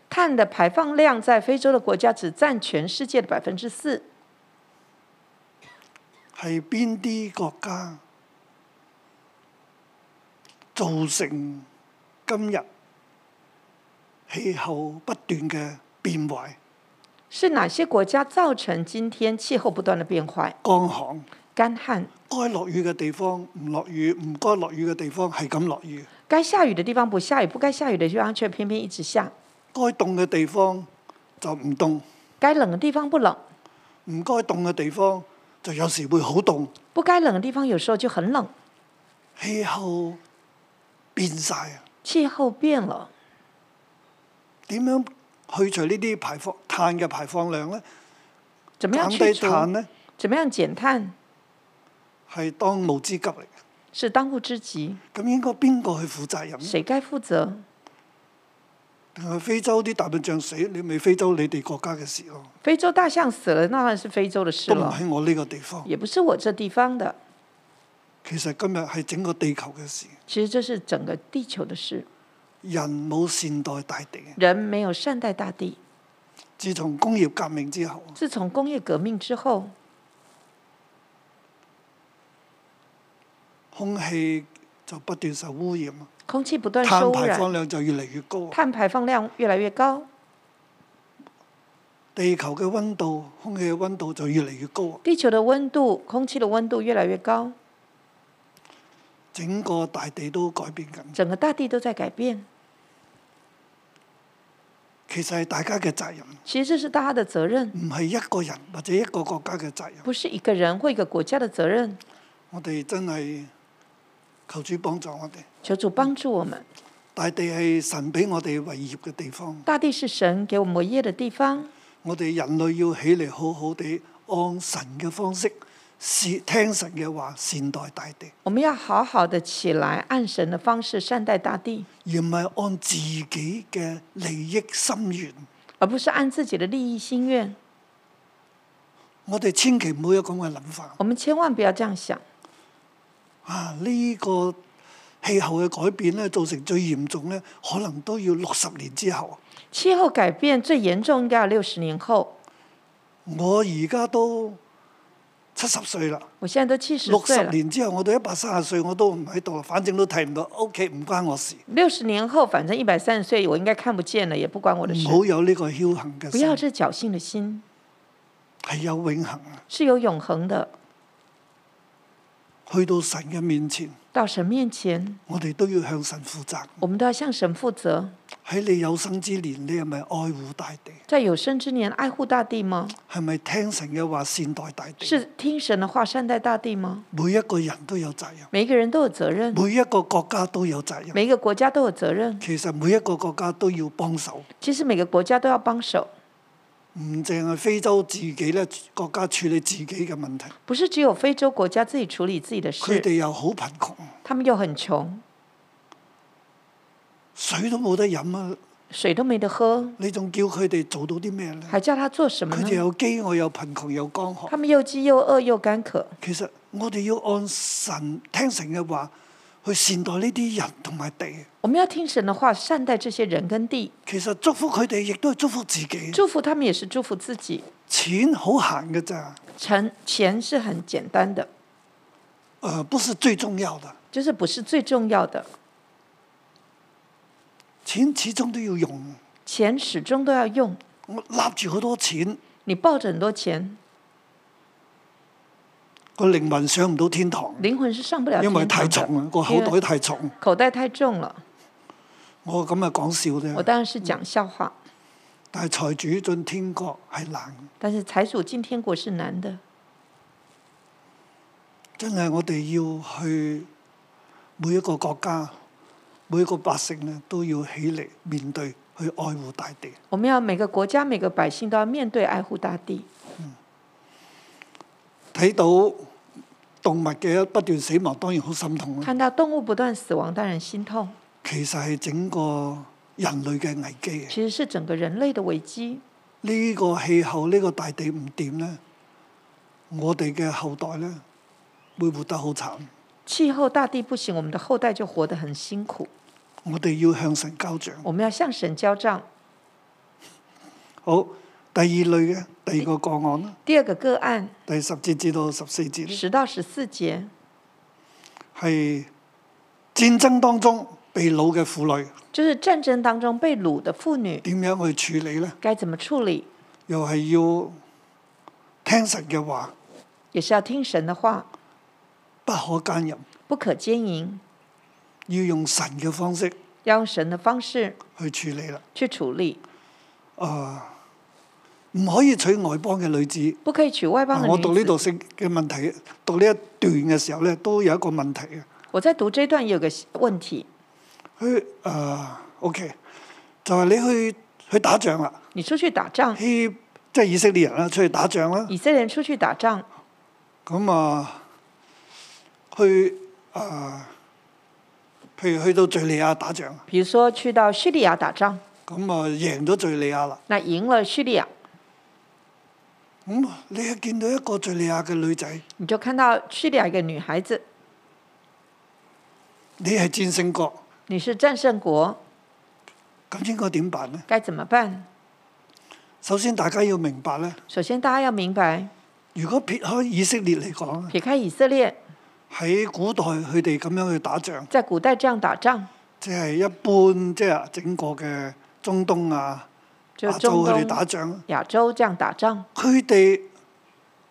Speaker 3: 碳的排放量在非洲的國家只佔全世界的百分之四，
Speaker 2: 係邊啲國家造成今日氣候不斷嘅變壞、
Speaker 3: 是哪些國家造成今天氣候不斷的變壞、
Speaker 2: 乾旱？
Speaker 3: 乾旱？
Speaker 2: 該落雨嘅地方唔落雨，唔該落雨嘅地方係咁落雨；
Speaker 3: 該下雨的地方不下雨，不該下雨的地方卻偏偏一直下；
Speaker 2: 該凍嘅地方就唔凍，
Speaker 3: 該冷的地方不冷，
Speaker 2: 唔該凍嘅地方就有時會好凍。
Speaker 3: 不該冷的地方有時候就很冷。
Speaker 2: 氣候變晒啊！
Speaker 3: 氣候變了，
Speaker 2: 點樣去除呢啲排放碳嘅排放量呢？
Speaker 3: 怎麼樣
Speaker 2: 減
Speaker 3: 去
Speaker 2: 低
Speaker 3: 除？
Speaker 2: 碳呢，
Speaker 3: 怎麼樣減碳？
Speaker 2: 係當務之急嚟嘅。
Speaker 3: 是當務之急，
Speaker 2: 咁應該邊個去負責任呢？
Speaker 3: 誰該負責？
Speaker 2: 定係非洲啲大笨象死，你咪非洲你哋國家嘅事咯，
Speaker 3: 非洲大象死了，那當然是非洲的事
Speaker 2: 都唔
Speaker 3: 了，
Speaker 2: 喺我呢個地方。
Speaker 3: 也不是我這地方的。
Speaker 2: 其實今日係整個地球嘅事，
Speaker 3: 其實這是整個地球的事，
Speaker 2: 人冇善待大地。
Speaker 3: 人沒有善待大地。
Speaker 2: 自從工業革命之後，
Speaker 3: 自從工業革命之後，
Speaker 2: 空氣就不斷受污染，啊
Speaker 3: 空氣不斷受
Speaker 2: 碳
Speaker 3: 污
Speaker 2: 排放
Speaker 3: 染，
Speaker 2: 量就越嚟越高，啊
Speaker 3: 碳排放量越來越高，
Speaker 2: 地球嘅温度、空氣嘅温度就越嚟越高，啊
Speaker 3: 地球的溫度、空氣的溫度越來越高，
Speaker 2: 整個大地都改變緊。
Speaker 3: 整個大地都在改變。
Speaker 2: 其實係大家嘅責任，
Speaker 3: 其實這是大家的責任，
Speaker 2: 唔係一個人或者一個國家嘅責任。
Speaker 3: 不是一個人或一個國家的責任。
Speaker 2: 我哋真係求主幫助我哋。
Speaker 3: 求主幫助我們。
Speaker 2: 大地係神俾我哋為業嘅地方，
Speaker 3: 大地是神給我們為業的地方，
Speaker 2: 我哋人類要起嚟好好地按神嘅方式，善聽神嘅話，善待大地，
Speaker 3: 我們要好好的起來，按神的方式善待大地，
Speaker 2: 而唔係按自己嘅利益心願。
Speaker 3: 而不是按自己的利益心愿。
Speaker 2: 我哋千祈唔好有咁嘅諗法。
Speaker 3: 我們千萬不要這樣想。
Speaker 2: 啊，呢、個氣候嘅改變咧，造成最嚴重咧，可能都要六十年之後。
Speaker 3: 氣候改變最嚴重應該要六十年後，
Speaker 2: 我而家都七十歲啦。
Speaker 3: 我現在都七十
Speaker 2: 六
Speaker 3: 歲
Speaker 2: 十
Speaker 3: 了。
Speaker 2: 年之後，我到一百三十歲我都唔喺度啦，反正都睇唔到，屋企唔關我事，
Speaker 3: 六十年後，反正一百三十歲，我應該看不見了，也不關我的
Speaker 2: 唔
Speaker 3: 事。
Speaker 2: 好有呢個僥倖嘅
Speaker 3: 不要
Speaker 2: 心，
Speaker 3: 這侥幸的心，
Speaker 2: 係有永恆啊！
Speaker 3: 是有永恆的。
Speaker 2: 去到神嘅面前，
Speaker 3: 到神面前，
Speaker 2: 我哋都要向神負責。
Speaker 3: 我们都要向神負責。
Speaker 2: 喺你有生之年，你係咪愛護大地？
Speaker 3: 在有生之年愛護大地嗎？
Speaker 2: 係咪聽神嘅話善待大地？
Speaker 3: 是聽神的話善待大地嗎？
Speaker 2: 每一個人都有責任，
Speaker 3: 每一個人都有責任，
Speaker 2: 每一個國家都有責任。
Speaker 3: 每一個國家都有責任。
Speaker 2: 其實每一個國家都要幫手，
Speaker 3: 其實每個國家都要幫手，
Speaker 2: 唔淨係非洲自己咧國家處理自己嘅問題，
Speaker 3: 不是只有非洲國家自己處理自己的
Speaker 2: 佢
Speaker 3: 事，
Speaker 2: 哋又好貧窮，
Speaker 3: 他們又很窮，
Speaker 2: 水都冇得飲啊！
Speaker 3: 水都沒得喝，
Speaker 2: 你仲叫佢哋做到啲咩呢？
Speaker 3: 還叫他做什麼
Speaker 2: 佢哋
Speaker 3: 呢？
Speaker 2: 有飢餓，有貧窮，有乾渴
Speaker 3: 他。們又飢又餓又乾渴。
Speaker 2: 其實我哋要按神聽神嘅話去善待呢啲人同埋地。
Speaker 3: 我們要聽神的話，善待這些人跟地，
Speaker 2: 其實祝福佢哋，亦都係祝福自己。
Speaker 3: 祝福他們也是祝福自己。
Speaker 2: 錢好閒嘅咋，誒、
Speaker 3: 錢錢是很簡單的，
Speaker 2: 呃，不是最重要的。
Speaker 3: 就是不是最重要的，
Speaker 2: 錢始終都要用。
Speaker 3: 錢始終都要用。
Speaker 2: 我揦住好多錢，
Speaker 3: 你抱着很多錢，
Speaker 2: 個靈魂上唔到天堂，
Speaker 3: 靈魂是上不了
Speaker 2: 因
Speaker 3: 天
Speaker 2: 為
Speaker 3: 堂
Speaker 2: 太
Speaker 3: 的，
Speaker 2: 重啊啦，個
Speaker 3: 因
Speaker 2: 口
Speaker 3: 為
Speaker 2: 袋太重。
Speaker 3: 口袋太重了。
Speaker 2: 我咁啊講笑
Speaker 3: 我
Speaker 2: 啫，
Speaker 3: 當然是講笑話，
Speaker 2: 但係財主進天國係難，
Speaker 3: 但是財主進天國是難的，
Speaker 2: 真係我哋要去每一個國家、每一個百姓咧，都要起嚟面對去愛護大地。
Speaker 3: 我們要每個國家每個百姓都要面對愛護大地。
Speaker 2: 睇到動物嘅不斷死亡，當然好心痛啦。
Speaker 3: 看到動物不斷死亡，當然心痛，
Speaker 2: 其實係整個人類嘅危啊機。
Speaker 3: 其實是整個人類的危機。
Speaker 2: 呢個氣候、呢、個大地唔掂呢，我哋嘅後代呢會活得好慘。
Speaker 3: 氣候大地不行，我們的後代就活得很辛苦。
Speaker 2: 我哋要向神交賬。
Speaker 3: 我們要向神交賬。
Speaker 2: 好，第二類嘅第二個個案啦，
Speaker 3: 第二個個案
Speaker 2: 第十節至到十四節呢，
Speaker 3: 十到十四節，
Speaker 2: 係戰爭當中被擄嘅婦女
Speaker 3: 就是戰爭當中被擄的婦女
Speaker 2: 點樣去處理呢？
Speaker 3: 該怎麼處理，
Speaker 2: 又係要聽神嘅話，
Speaker 3: 也是要聽神的話，
Speaker 2: 不可奸淫，
Speaker 3: 不可奸淫，
Speaker 2: 要用神嘅方式
Speaker 3: 要用神的方式
Speaker 2: 去處理啦。
Speaker 3: 去處理，
Speaker 2: 唔可以娶外邦嘅女子。
Speaker 3: 不可以娶外邦的
Speaker 2: 啊我
Speaker 3: 女子。
Speaker 2: 讀呢度聖嘅問題，讀呢一段嘅時候咧，都有一個問題嘅。
Speaker 3: 我在讀這段有個問題：
Speaker 2: 佢啊、OK，就係你去去打仗啦，
Speaker 3: 你出去打仗，
Speaker 2: 希即係以色列人啦，出去打仗啦，
Speaker 3: 以色列人出去打仗，
Speaker 2: 咁啊，去啊、譬如去到敍利亞打仗，
Speaker 3: 比如說去到敘利亞打仗，
Speaker 2: 咁啊贏咗敍利亞啦，
Speaker 3: 那贏了敘利亞，
Speaker 2: 咁你係見到一個敍利亞嘅女仔，
Speaker 3: 你就看到敘利亞一個女孩子，
Speaker 2: 你係戰勝國，
Speaker 3: 你是戰勝國，
Speaker 2: 咁應該點辦呢？
Speaker 3: 該怎麼辦？
Speaker 2: 首先大家要明白咧，
Speaker 3: 首先大家要明白，
Speaker 2: 如果撇開以色列嚟講咧，
Speaker 3: 撇開以色列，
Speaker 2: 喺古代佢哋咁樣去打仗。
Speaker 3: 在古代這樣打仗，
Speaker 2: 即係一般，即係整個嘅中東啊、
Speaker 3: 就
Speaker 2: 亞洲
Speaker 3: 中
Speaker 2: 佢哋打
Speaker 3: 東、
Speaker 2: 仗，
Speaker 3: 亞洲這樣打仗。
Speaker 2: 佢哋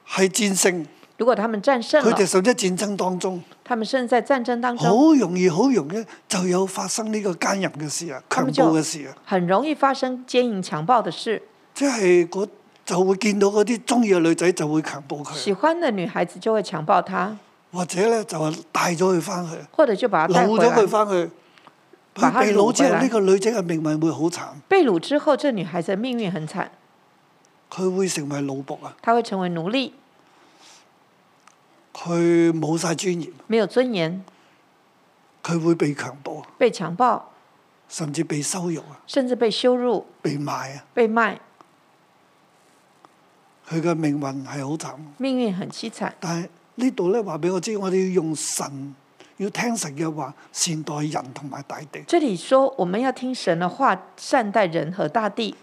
Speaker 2: 係戰勝，
Speaker 3: 如果他們戰勝
Speaker 2: 佢哋
Speaker 3: 了，
Speaker 2: 甚至戰爭當中，
Speaker 3: 他們甚至在戰爭當中，
Speaker 2: 好容易、好容易就有發生呢個奸淫嘅事啊、
Speaker 3: 咁
Speaker 2: 強
Speaker 3: 就
Speaker 2: 暴嘅事啊，
Speaker 3: 很容易發生奸淫強暴的事。
Speaker 2: 即係嗰就會見到嗰啲中意嘅女仔就會強暴
Speaker 3: 喜
Speaker 2: 佢，啊
Speaker 3: 歡的女孩子就會強暴他，
Speaker 2: 或者咧就係帶咗佢翻去，
Speaker 3: 或者就把啊他帶
Speaker 2: 擄
Speaker 3: 回
Speaker 2: 咗佢
Speaker 3: 來。
Speaker 2: 翻去。
Speaker 3: 把
Speaker 2: 佢
Speaker 3: 他
Speaker 2: 被擄之後，
Speaker 3: 擄回來
Speaker 2: 呢個女仔嘅命運會好慘，
Speaker 3: 被擄之後，這女孩子的命運很慘，
Speaker 2: 佢會成為奴僕啊，
Speaker 3: 她會成為奴隸，
Speaker 2: 佢冇晒尊嚴，
Speaker 3: 沒有尊嚴，
Speaker 2: 佢會被強暴，
Speaker 3: 被強暴，
Speaker 2: 甚至被羞辱啊。
Speaker 3: 甚至被羞辱、
Speaker 2: 被賣啊！
Speaker 3: 被賣，
Speaker 2: 佢嘅命運係好慘。
Speaker 3: 命運很凄慘。
Speaker 2: 但係呢度咧話俾我知，我哋要用神，要聽神嘅話，善待人同埋大地。
Speaker 3: 這裡說我們要聽神的話，善待人和大地。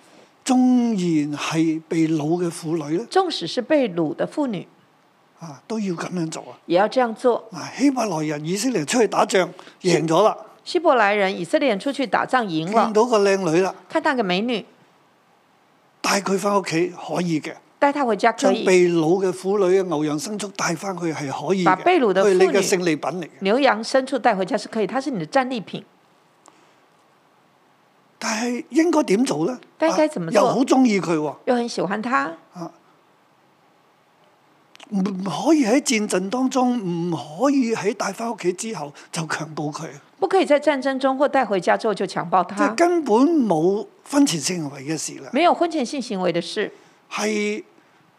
Speaker 2: 縱然係被擄嘅婦女咧，
Speaker 3: 縱使是被擄的婦女，
Speaker 2: 啊都要咁樣做啊！
Speaker 3: 也要這樣做。
Speaker 2: 嗱，希伯來人、以色列人出去打仗贏咗啦，
Speaker 3: 希伯來人、以色列人出去打仗贏
Speaker 2: 見
Speaker 3: 了，
Speaker 2: 到個靚女啦，
Speaker 3: 看到個美女，
Speaker 2: 帶佢翻屋企可以嘅，
Speaker 3: 带他回家可
Speaker 2: 將
Speaker 3: 以。
Speaker 2: 被掳嘅婦女嘅牛羊牲畜帶翻去係可以
Speaker 3: 把被擄
Speaker 2: 嘅，
Speaker 3: 的
Speaker 2: 佢係你
Speaker 3: 婦女
Speaker 2: 嘅勝利品嚟嘅。
Speaker 3: 牛羊牲畜带回家是可以，它是你的战利品。
Speaker 2: 但係應該點做咧？
Speaker 3: 但應該
Speaker 2: 啊
Speaker 3: 怎麼做
Speaker 2: 又好中意佢喎，
Speaker 3: 又很喜欢它，
Speaker 2: 唔唔可以喺戰陣當中，唔可以喺帶翻屋企之後就強暴佢，
Speaker 3: 不可以在战争中或带回家之后就强暴
Speaker 2: 即係
Speaker 3: 它，
Speaker 2: 根本冇婚前性行為嘅事啦。
Speaker 3: 没有婚前性行为的事，
Speaker 2: 係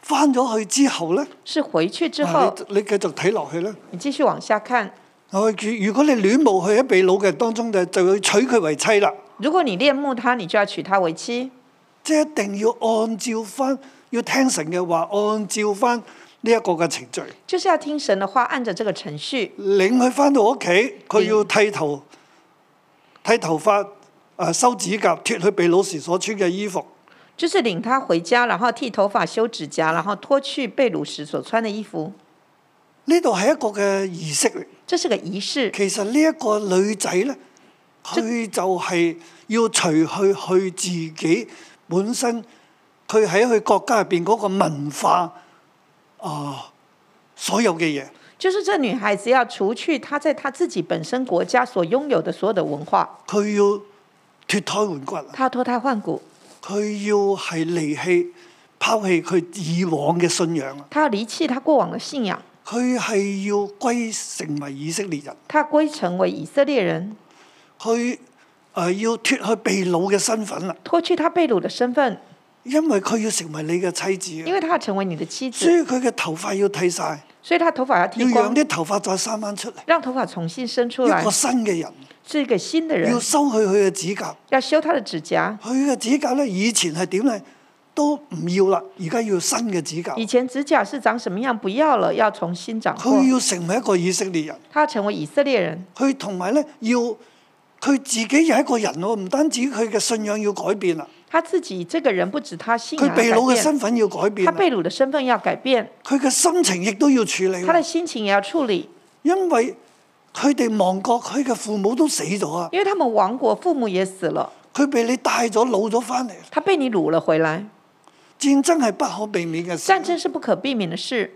Speaker 2: 翻咗去之後咧，
Speaker 3: 是回去之
Speaker 2: 啊
Speaker 3: 后，
Speaker 2: 你你繼續睇落去咧。
Speaker 3: 你继续往下看。
Speaker 2: 我如如果你戀慕佢喺被掳嘅人當中，就就要娶佢為妻啦。
Speaker 3: 如果你恋慕他，你就要娶她为妻，
Speaker 2: 即係一定要按照翻，要聽神嘅話，按照翻呢一個嘅程序，
Speaker 3: 就是要听神的话，按着这个程序。
Speaker 2: 領佢翻到屋企，佢要剃頭、剃頭髮、誒、修指甲、脱去被老時所穿嘅衣服，
Speaker 3: 就是领他回家，然后剃头发、修指甲，然后脱去被掳时所穿的衣服。
Speaker 2: 呢度係一個嘅儀式嚟。
Speaker 3: 这是个仪式。
Speaker 2: 其實呢一個女仔咧，佢就係要除去佢自己本身，佢喺佢國家入邊嗰個文化啊、所有嘅嘢。
Speaker 3: 就是这女孩子要除去她在她自己本身国家所拥有的所有的文化，
Speaker 2: 佢要脱胎換骨啊！
Speaker 3: 她要脱胎换骨，
Speaker 2: 佢要係離棄、拋棄佢以往嘅信仰啊！
Speaker 3: 她要离弃她过往的信仰，
Speaker 2: 佢係要歸成為以色列人，
Speaker 3: 她归成为以色列人，
Speaker 2: 佢誒、呃要脱去被掳嘅身份啦，
Speaker 3: 脱去她被掳的身份，
Speaker 2: 因為佢要成為你嘅妻子
Speaker 3: 因
Speaker 2: 啊！
Speaker 3: 为她要成为你的妻
Speaker 2: 所
Speaker 3: 子，
Speaker 2: 以佢嘅頭髮要剃晒，
Speaker 3: 所以她头发要
Speaker 2: 要
Speaker 3: 剃
Speaker 2: 讓
Speaker 3: 光，
Speaker 2: 啲頭髮再生翻出嚟，
Speaker 3: 让头发重新生出来
Speaker 2: 一個，新嘅人，
Speaker 3: 是一个新的人
Speaker 2: 要，修去佢嘅指甲。
Speaker 3: 要修她的指甲。
Speaker 2: 佢嘅指甲咧，以前係點咧？都唔要啦，而家要新嘅指甲。
Speaker 3: 以前指甲是长什么样不要了，要重新长过。
Speaker 2: 佢要成為一個以色列人。
Speaker 3: 她要成为以色列人，
Speaker 2: 佢同埋咧要佢自己又係一個人喎，唔單止佢嘅信仰要改變啦，
Speaker 3: 她自己这个人不止她信仰
Speaker 2: 佢
Speaker 3: 要
Speaker 2: 被掳嘅
Speaker 3: 改变，
Speaker 2: 身份要改變
Speaker 3: 她
Speaker 2: 啦，
Speaker 3: 被掳的身份要改变，
Speaker 2: 佢嘅心情亦都要處理
Speaker 3: 她
Speaker 2: 啦
Speaker 3: 的，心情也要处理。
Speaker 2: 因為佢哋亡國，佢嘅父母都死咗啊，
Speaker 3: 因为他们亡国，父母也死了，
Speaker 2: 佢被你帶咗老咗翻嚟，
Speaker 3: 他被你掳了回来。
Speaker 2: 戰爭係不可避免嘅
Speaker 3: 战
Speaker 2: 事。
Speaker 3: 争是不可避免的事，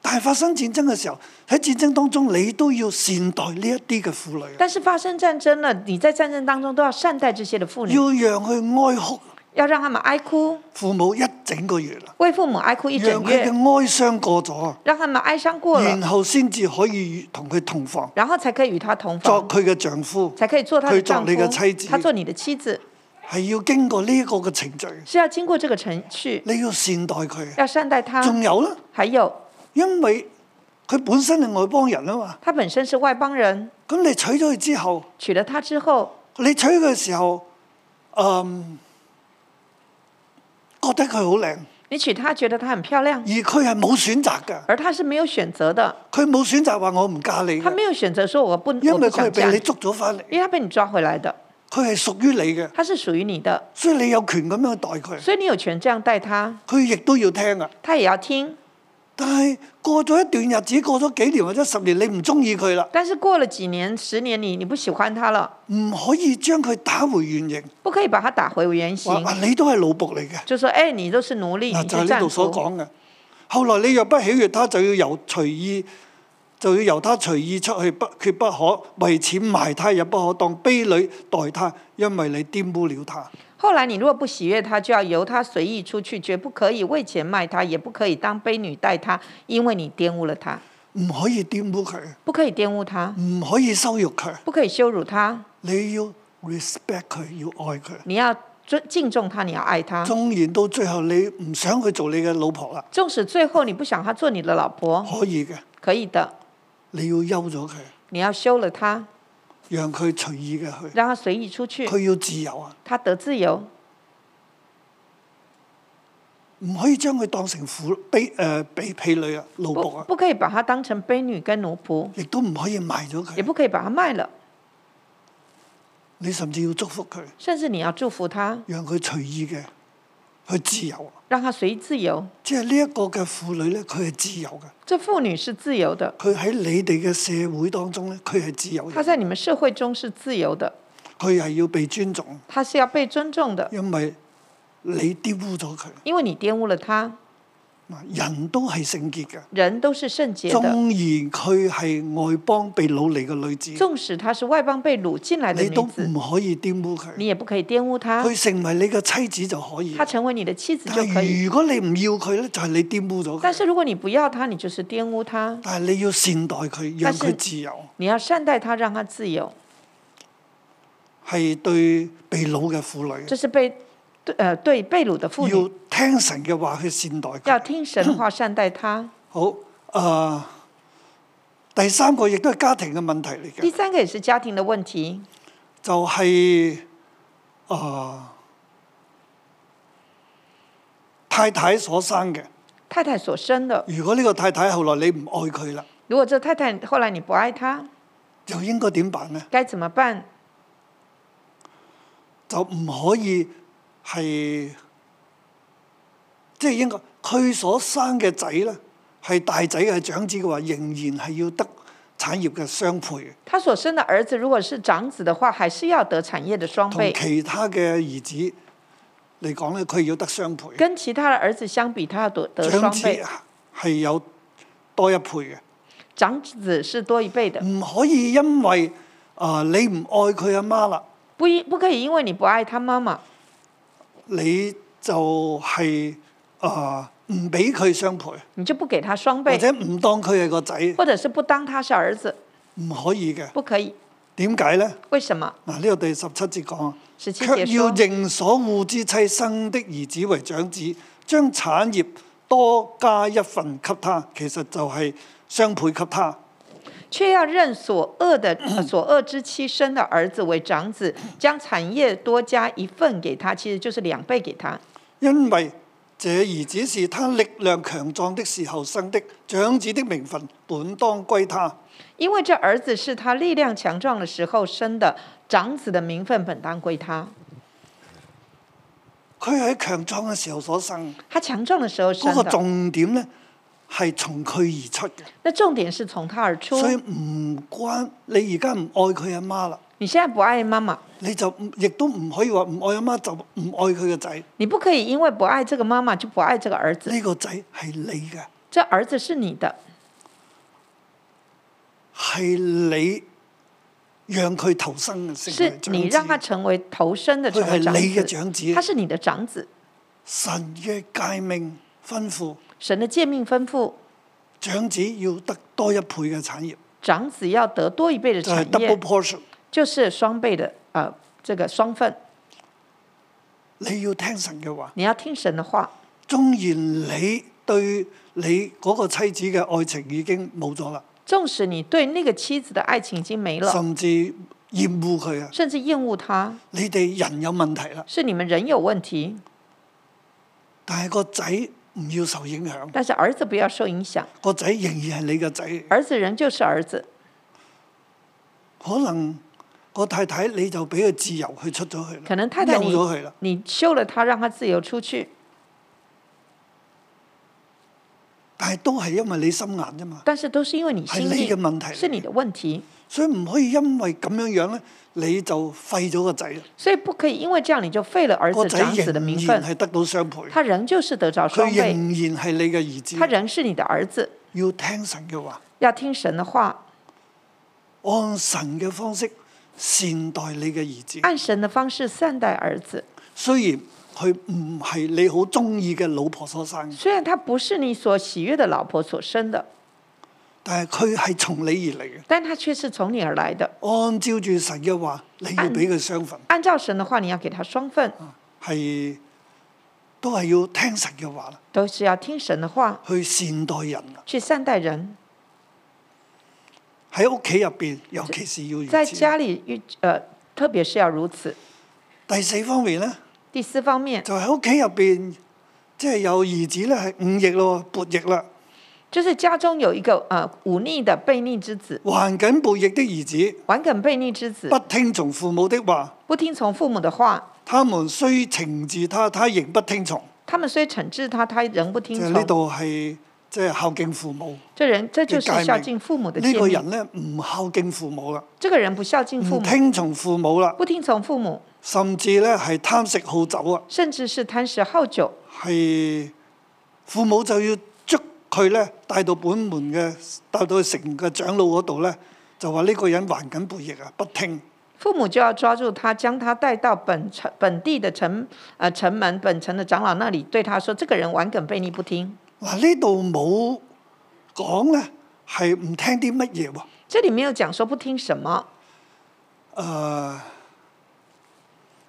Speaker 2: 但係發生戰爭嘅時候，喺戰爭當中，你都要善待呢一啲嘅婦女啊，
Speaker 3: 但是发生戰爭了，你在戰爭當中都要善待這些的婦女，
Speaker 2: 要讓佢哀哭，
Speaker 3: 要讓他們哀哭，
Speaker 2: 父母一整個月啦，
Speaker 3: 為父母哀哭一
Speaker 2: 讓
Speaker 3: 整
Speaker 2: 佢嘅
Speaker 3: 月，
Speaker 2: 哀傷過咗啊，
Speaker 3: 讓他們哀傷過
Speaker 2: 然
Speaker 3: 了，
Speaker 2: 後先至可以同佢同房。
Speaker 3: 然後才可以與他同
Speaker 2: 作
Speaker 3: 房，
Speaker 2: 佢嘅丈夫，
Speaker 3: 才可以做他的丈
Speaker 2: 佢作你嘅妻
Speaker 3: 夫
Speaker 2: 子，
Speaker 3: 他做你的妻子，
Speaker 2: 係要經過呢一個嘅程序，
Speaker 3: 是要經過這個程序，
Speaker 2: 你要善待佢。啊
Speaker 3: 要善待他。
Speaker 2: 仲有咧，
Speaker 3: 還有，
Speaker 2: 因為佢本身係外邦人啊嘛，
Speaker 3: 他本身是外邦人，
Speaker 2: 咁你娶咗佢之後，
Speaker 3: 娶了她之後，
Speaker 2: 你娶佢嘅時候，嗯，覺得佢好靚，
Speaker 3: 你娶她覺得她很漂亮
Speaker 2: 而，佢係冇選擇㗎，
Speaker 3: 而她是沒有選擇的，
Speaker 2: 佢冇選擇話我唔嫁你
Speaker 3: 她
Speaker 2: 嘅，
Speaker 3: 沒有選擇說我不
Speaker 2: 因
Speaker 3: 我
Speaker 2: 為佢
Speaker 3: 不想
Speaker 2: 係
Speaker 3: 嫁
Speaker 2: 被你
Speaker 3: 你。
Speaker 2: 捉咗翻嚟，
Speaker 3: 因为他被你抓回来的，
Speaker 2: 佢係屬於你嘅，
Speaker 3: 他是属于你的，
Speaker 2: 所以你有權咁樣待佢，
Speaker 3: 所以你有权这样待他，
Speaker 2: 佢亦都要聽啊。
Speaker 3: 他也要聽。
Speaker 2: 但係過咗一段日子，過咗幾年或者十年，你唔中意佢啦。
Speaker 3: 但是过了几年、十年你你不喜欢他了，
Speaker 2: 唔可以將佢打回原形。
Speaker 3: 不可以把他打回原
Speaker 2: 話
Speaker 3: 形，
Speaker 2: 啊，你都係奴僕嚟嘅，
Speaker 3: 就说：哎，你都是奴
Speaker 2: 嗱
Speaker 3: 隶，你
Speaker 2: 啊就係
Speaker 3: 是
Speaker 2: 呢
Speaker 3: 战
Speaker 2: 度所
Speaker 3: 俘。
Speaker 2: 講嘅。後來你若不喜悅他，就要由隨意，就要由他隨意出去，不決不可為錢賣他，也不可當婢女待他，因為你玷污了他。
Speaker 3: 后来你若不喜悦他，就要由他随意出去，绝不可以为钱卖他，也不可以当婢女待他，因为你玷污了他，
Speaker 2: 唔可以玷污佢，
Speaker 3: 不可以玷污他，
Speaker 2: 唔可以羞辱佢，
Speaker 3: 不可以羞辱他，
Speaker 2: 你要 respect 佢，要愛佢。
Speaker 3: 你要尊敬重他，你要爱他。
Speaker 2: 縱然到最後你唔想佢做你嘅老婆啦，
Speaker 3: 纵使最后你不想他做你的老婆，
Speaker 2: 可以嘅，
Speaker 3: 可以的，
Speaker 2: 你要休咗佢，
Speaker 3: 你要休了他，
Speaker 2: 讓佢隨意嘅去，
Speaker 3: 让他随意出去，
Speaker 2: 佢要自由啊。
Speaker 3: 他得自由，
Speaker 2: 唔可以將佢當成婦婢誒婢婢女啊、奴僕
Speaker 3: 不
Speaker 2: 啊，
Speaker 3: 不可以把他当成婢女跟奴仆，
Speaker 2: 亦都唔可以賣咗佢。
Speaker 3: 也不可以把他卖了，
Speaker 2: 你甚至要祝福佢，
Speaker 3: 甚至你要祝福他，
Speaker 2: 讓佢隨意嘅去自由。
Speaker 3: 让他随意自由。
Speaker 2: 即係呢一個嘅婦女咧，佢係自由嘅。
Speaker 3: 这妇女是自由的，
Speaker 2: 佢喺你哋嘅社會當中咧，佢係自由
Speaker 3: 她
Speaker 2: 嘅。
Speaker 3: 在你们社会中是自由的，
Speaker 2: 佢係要被尊重，
Speaker 3: 她是要被尊重的，
Speaker 2: 因為你玷污咗佢。
Speaker 3: 因为你玷污了他。
Speaker 2: 嗱人都係聖潔嘅，
Speaker 3: 人都是圣洁
Speaker 2: 縱
Speaker 3: 的，
Speaker 2: 然佢係外邦被掳嚟嘅女子，
Speaker 3: 纵使她是外邦被掳进来的
Speaker 2: 你
Speaker 3: 女
Speaker 2: 都
Speaker 3: 子，
Speaker 2: 唔可以玷污佢。
Speaker 3: 你也不可以玷污她。
Speaker 2: 佢成為你嘅妻子就可以
Speaker 3: 她。成為你的妻子就
Speaker 2: 但
Speaker 3: 可以。
Speaker 2: 係如果你唔要佢咧，就係你玷污咗
Speaker 3: 但
Speaker 2: 佢。
Speaker 3: 是如果你不要她，你就是玷污她。
Speaker 2: 但係你要善待佢，讓
Speaker 3: 但是
Speaker 2: 佢自由，
Speaker 3: 你要善待她，让她自由。
Speaker 2: 係對被掳嘅婦女
Speaker 3: 这是被对呃对被掳的妇
Speaker 2: 要
Speaker 3: 女
Speaker 2: 聽神嘅話去善待佢。
Speaker 3: 要听神的话善待她。
Speaker 2: 好，誒、第三個亦都係家庭嘅問題嚟
Speaker 3: 第
Speaker 2: 嘅，
Speaker 3: 三个也是家庭的问题，
Speaker 2: 就係、呃誒、太太所生嘅。
Speaker 3: 太太所生的。
Speaker 2: 如果呢個太太後來你唔愛佢啦，
Speaker 3: 如果这太太后来你不爱她，
Speaker 2: 就應該點辦呢？
Speaker 3: 该怎么办？
Speaker 2: 就唔可以係即係應該佢所生嘅仔咧，係大仔係長子嘅話，仍然係要得產業嘅雙倍，
Speaker 3: 她所生的儿子如果是长子的话，还是要得产业的双
Speaker 2: 同
Speaker 3: 倍。
Speaker 2: 其他嘅兒子嚟講咧，佢要得雙倍。
Speaker 3: 跟其他的儿子相比，他要得得
Speaker 2: 長
Speaker 3: 双
Speaker 2: 子
Speaker 3: 倍，
Speaker 2: 係有多一倍嘅，
Speaker 3: 长子是多一倍的。
Speaker 2: 唔可以因為啊、你唔愛佢阿媽啦，
Speaker 3: 不一不可以因为你不爱他妈妈，
Speaker 2: 你就係啊唔俾佢雙倍，
Speaker 3: 你就不给他双
Speaker 2: 或
Speaker 3: 倍，
Speaker 2: 者唔當佢係個仔，
Speaker 3: 或者是不当他是儿子，
Speaker 2: 唔可以嘅。
Speaker 3: 不可以。
Speaker 2: 點解呢？
Speaker 3: 为什么？
Speaker 2: 嗱，呢個第十七節講啊，
Speaker 3: 十七
Speaker 2: 卻
Speaker 3: 节
Speaker 2: 要
Speaker 3: 说，
Speaker 2: 認所護之妻生的兒子為長子，將產業多加一份給他，其實就係雙倍給他。
Speaker 3: 却要认所恶的 所恶之妻生的儿子为长子，将产业多加一份给他，其实就是两倍给他，
Speaker 2: 因為這兒子是他力量強壯的時候生的，長子的名分本當歸他。
Speaker 3: 因为这儿子是他力量强壮的时候生的，长子的名分本当归他。
Speaker 2: 佢喺強壯嘅時候所生，
Speaker 3: 他强壮的时候
Speaker 2: 嗰、
Speaker 3: 生
Speaker 2: 個
Speaker 3: 的，
Speaker 2: 重點呢係從佢而出嘅，
Speaker 3: 那重点是从他而出。
Speaker 2: 所以唔關你而家唔愛佢阿媽啦，
Speaker 3: 你现在不愛妈妈，
Speaker 2: 你就唔亦都唔可以話唔愛阿媽就唔愛佢嘅仔，呢、
Speaker 3: 你不可以因为不愛这个妈妈就不愛这个儿子。
Speaker 2: 個仔係你嘅，
Speaker 3: 这儿子是你的，
Speaker 2: 係你讓佢投生嘅成
Speaker 3: 是
Speaker 2: 為
Speaker 3: 你让他
Speaker 2: 長子，
Speaker 3: 成为投生的，成
Speaker 2: 佢
Speaker 3: 为
Speaker 2: 係你嘅
Speaker 3: 长子，
Speaker 2: 長啊子
Speaker 3: 他，是你的长子。
Speaker 2: 神嘅誡命吩咐。
Speaker 3: 神的诫命吩咐，
Speaker 2: 長子要得多一倍嘅產業，
Speaker 3: 长子要得多一倍的
Speaker 2: 就係
Speaker 3: 产
Speaker 2: double
Speaker 3: 业，
Speaker 2: portion。
Speaker 3: 就是双倍的呃这个双份。
Speaker 2: 你要聽神嘅話，
Speaker 3: 你要听神的話，
Speaker 2: 縱然你對你嗰個妻子嘅愛情已經冇咗啦，
Speaker 3: 纵使你对那个妻子的爱情已经没了，
Speaker 2: 甚至厭惡佢啊，
Speaker 3: 甚至厌恶他，
Speaker 2: 你哋人有問題啦，
Speaker 3: 是你们人有问题，
Speaker 2: 但係個仔唔要受影響，
Speaker 3: 但是儿子不要受影響，
Speaker 2: 個仔仍然係你嘅仔。
Speaker 3: 儿子人就是儿子。
Speaker 2: 可能個太太你就俾佢自由去出咗去啦，
Speaker 3: 可能太太
Speaker 2: 休
Speaker 3: 你
Speaker 2: 咗佢啦，
Speaker 3: 你休了他，让他自由出去，
Speaker 2: 但係都係因為你心硬啫嘛，
Speaker 3: 但是都是因为你
Speaker 2: 係
Speaker 3: 心
Speaker 2: 你嘅
Speaker 3: 硬，
Speaker 2: 問題嚟嘅，
Speaker 3: 是你的问题，
Speaker 2: 所以唔可以因為咁樣樣咧，你就廢咗個仔啦。
Speaker 3: 所以不可以因为这样你就废了儿
Speaker 2: 個
Speaker 3: 子
Speaker 2: 仔
Speaker 3: 长
Speaker 2: 仍
Speaker 3: 子的名
Speaker 2: 然
Speaker 3: 分，
Speaker 2: 係得到雙倍，
Speaker 3: 他仍旧是得着
Speaker 2: 佢
Speaker 3: 双
Speaker 2: 仍
Speaker 3: 倍，
Speaker 2: 然係你嘅兒子
Speaker 3: 他。仍是你的儿子，
Speaker 2: 要聽神嘅話，
Speaker 3: 要听神的话，
Speaker 2: 按神嘅方式善待你嘅兒子。
Speaker 3: 按神的方式善待儿子。
Speaker 2: 雖然佢唔係你好中意嘅老婆所生，
Speaker 3: 虽然他不是你所喜悦的老婆所生的，
Speaker 2: 但係佢係從你而嚟嘅。
Speaker 3: 但他却是从你而来的。
Speaker 2: 按照住神嘅話，你要
Speaker 3: 按
Speaker 2: 俾佢雙份，
Speaker 3: 按照神的话，你要给他双份，
Speaker 2: 係都係要聽神嘅話啦，
Speaker 3: 都是要听神的话
Speaker 2: 去善待人啊啦。
Speaker 3: 去善待人。
Speaker 2: 喺屋企入邊，尤其是要如
Speaker 3: 在
Speaker 2: 此。
Speaker 3: 家里遇呃，特别是要如此。
Speaker 2: 第四方面咧，
Speaker 3: 第四方面
Speaker 2: 就喺屋企入邊，即係有兒子咧係忤逆咯，悖逆啦。
Speaker 3: 就是家中有一个呃忤逆的悖逆之子，
Speaker 2: 還緊背逆的兒子，
Speaker 3: 顽梗悖逆之子
Speaker 2: 不，聽從父母的話，
Speaker 3: 不听从父母的话，
Speaker 2: 他們雖懲治他，他仍不聽從。
Speaker 3: 他们虽惩治他，他仍不
Speaker 2: 即
Speaker 3: 听
Speaker 2: 係呢
Speaker 3: 从。
Speaker 2: 度係即係孝敬父母。
Speaker 3: 这人这就是
Speaker 2: 嘅誡命
Speaker 3: 孝敬父母的
Speaker 2: 呢
Speaker 3: 诫
Speaker 2: 個
Speaker 3: 命。
Speaker 2: 人嗯咧唔孝敬父母啦，
Speaker 3: 这个人不孝敬父
Speaker 2: 唔
Speaker 3: 母，
Speaker 2: 聽從父母啦，
Speaker 3: 不听从父母，
Speaker 2: 甚至咧係貪食好酒啊，
Speaker 3: 甚至是贪食好酒，
Speaker 2: 係父母就要捉佢咧帶到本門嘅，帶到城嘅長老嗰度咧，就話呢個人還緊背逆啊，不聽。
Speaker 3: 父母就要抓住他，将他带到本城本地的城呃城门本城的长老那里，对他说：这个人顽梗悖逆不听。
Speaker 2: 嗱呢度冇講咧係唔聽啲乜嘢喎？
Speaker 3: 这里没有讲说不听什么，
Speaker 2: 誒，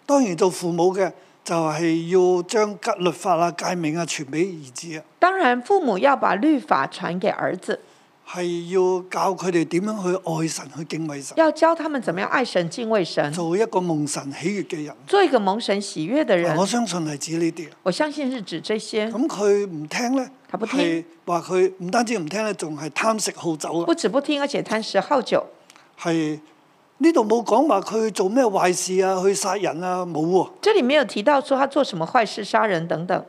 Speaker 2: 當然做父母嘅就係要將吉律法啊、誡命啊傳俾兒子啊，
Speaker 3: 当然父母要把律法传给儿子，
Speaker 2: 係要教佢哋點樣去愛神、去敬畏神，
Speaker 3: 要教他们怎么样爱神敬畏神，
Speaker 2: 做一個蒙神喜悦嘅人。
Speaker 3: 做一个蒙神喜悦的人
Speaker 2: 我。相信係指呢啲。啊
Speaker 3: 我相信是指这些，
Speaker 2: 咁佢唔聽咧，
Speaker 3: 佢不聽
Speaker 2: 係話佢唔單止唔聽咧，仲係貪食好酒啊
Speaker 3: 不！止不听，而且贪食好酒。
Speaker 2: 係呢度冇講話佢做咩壞事啊，去殺人啊，冇喎、
Speaker 3: 这里没有提到说他做什么坏事、杀人等等。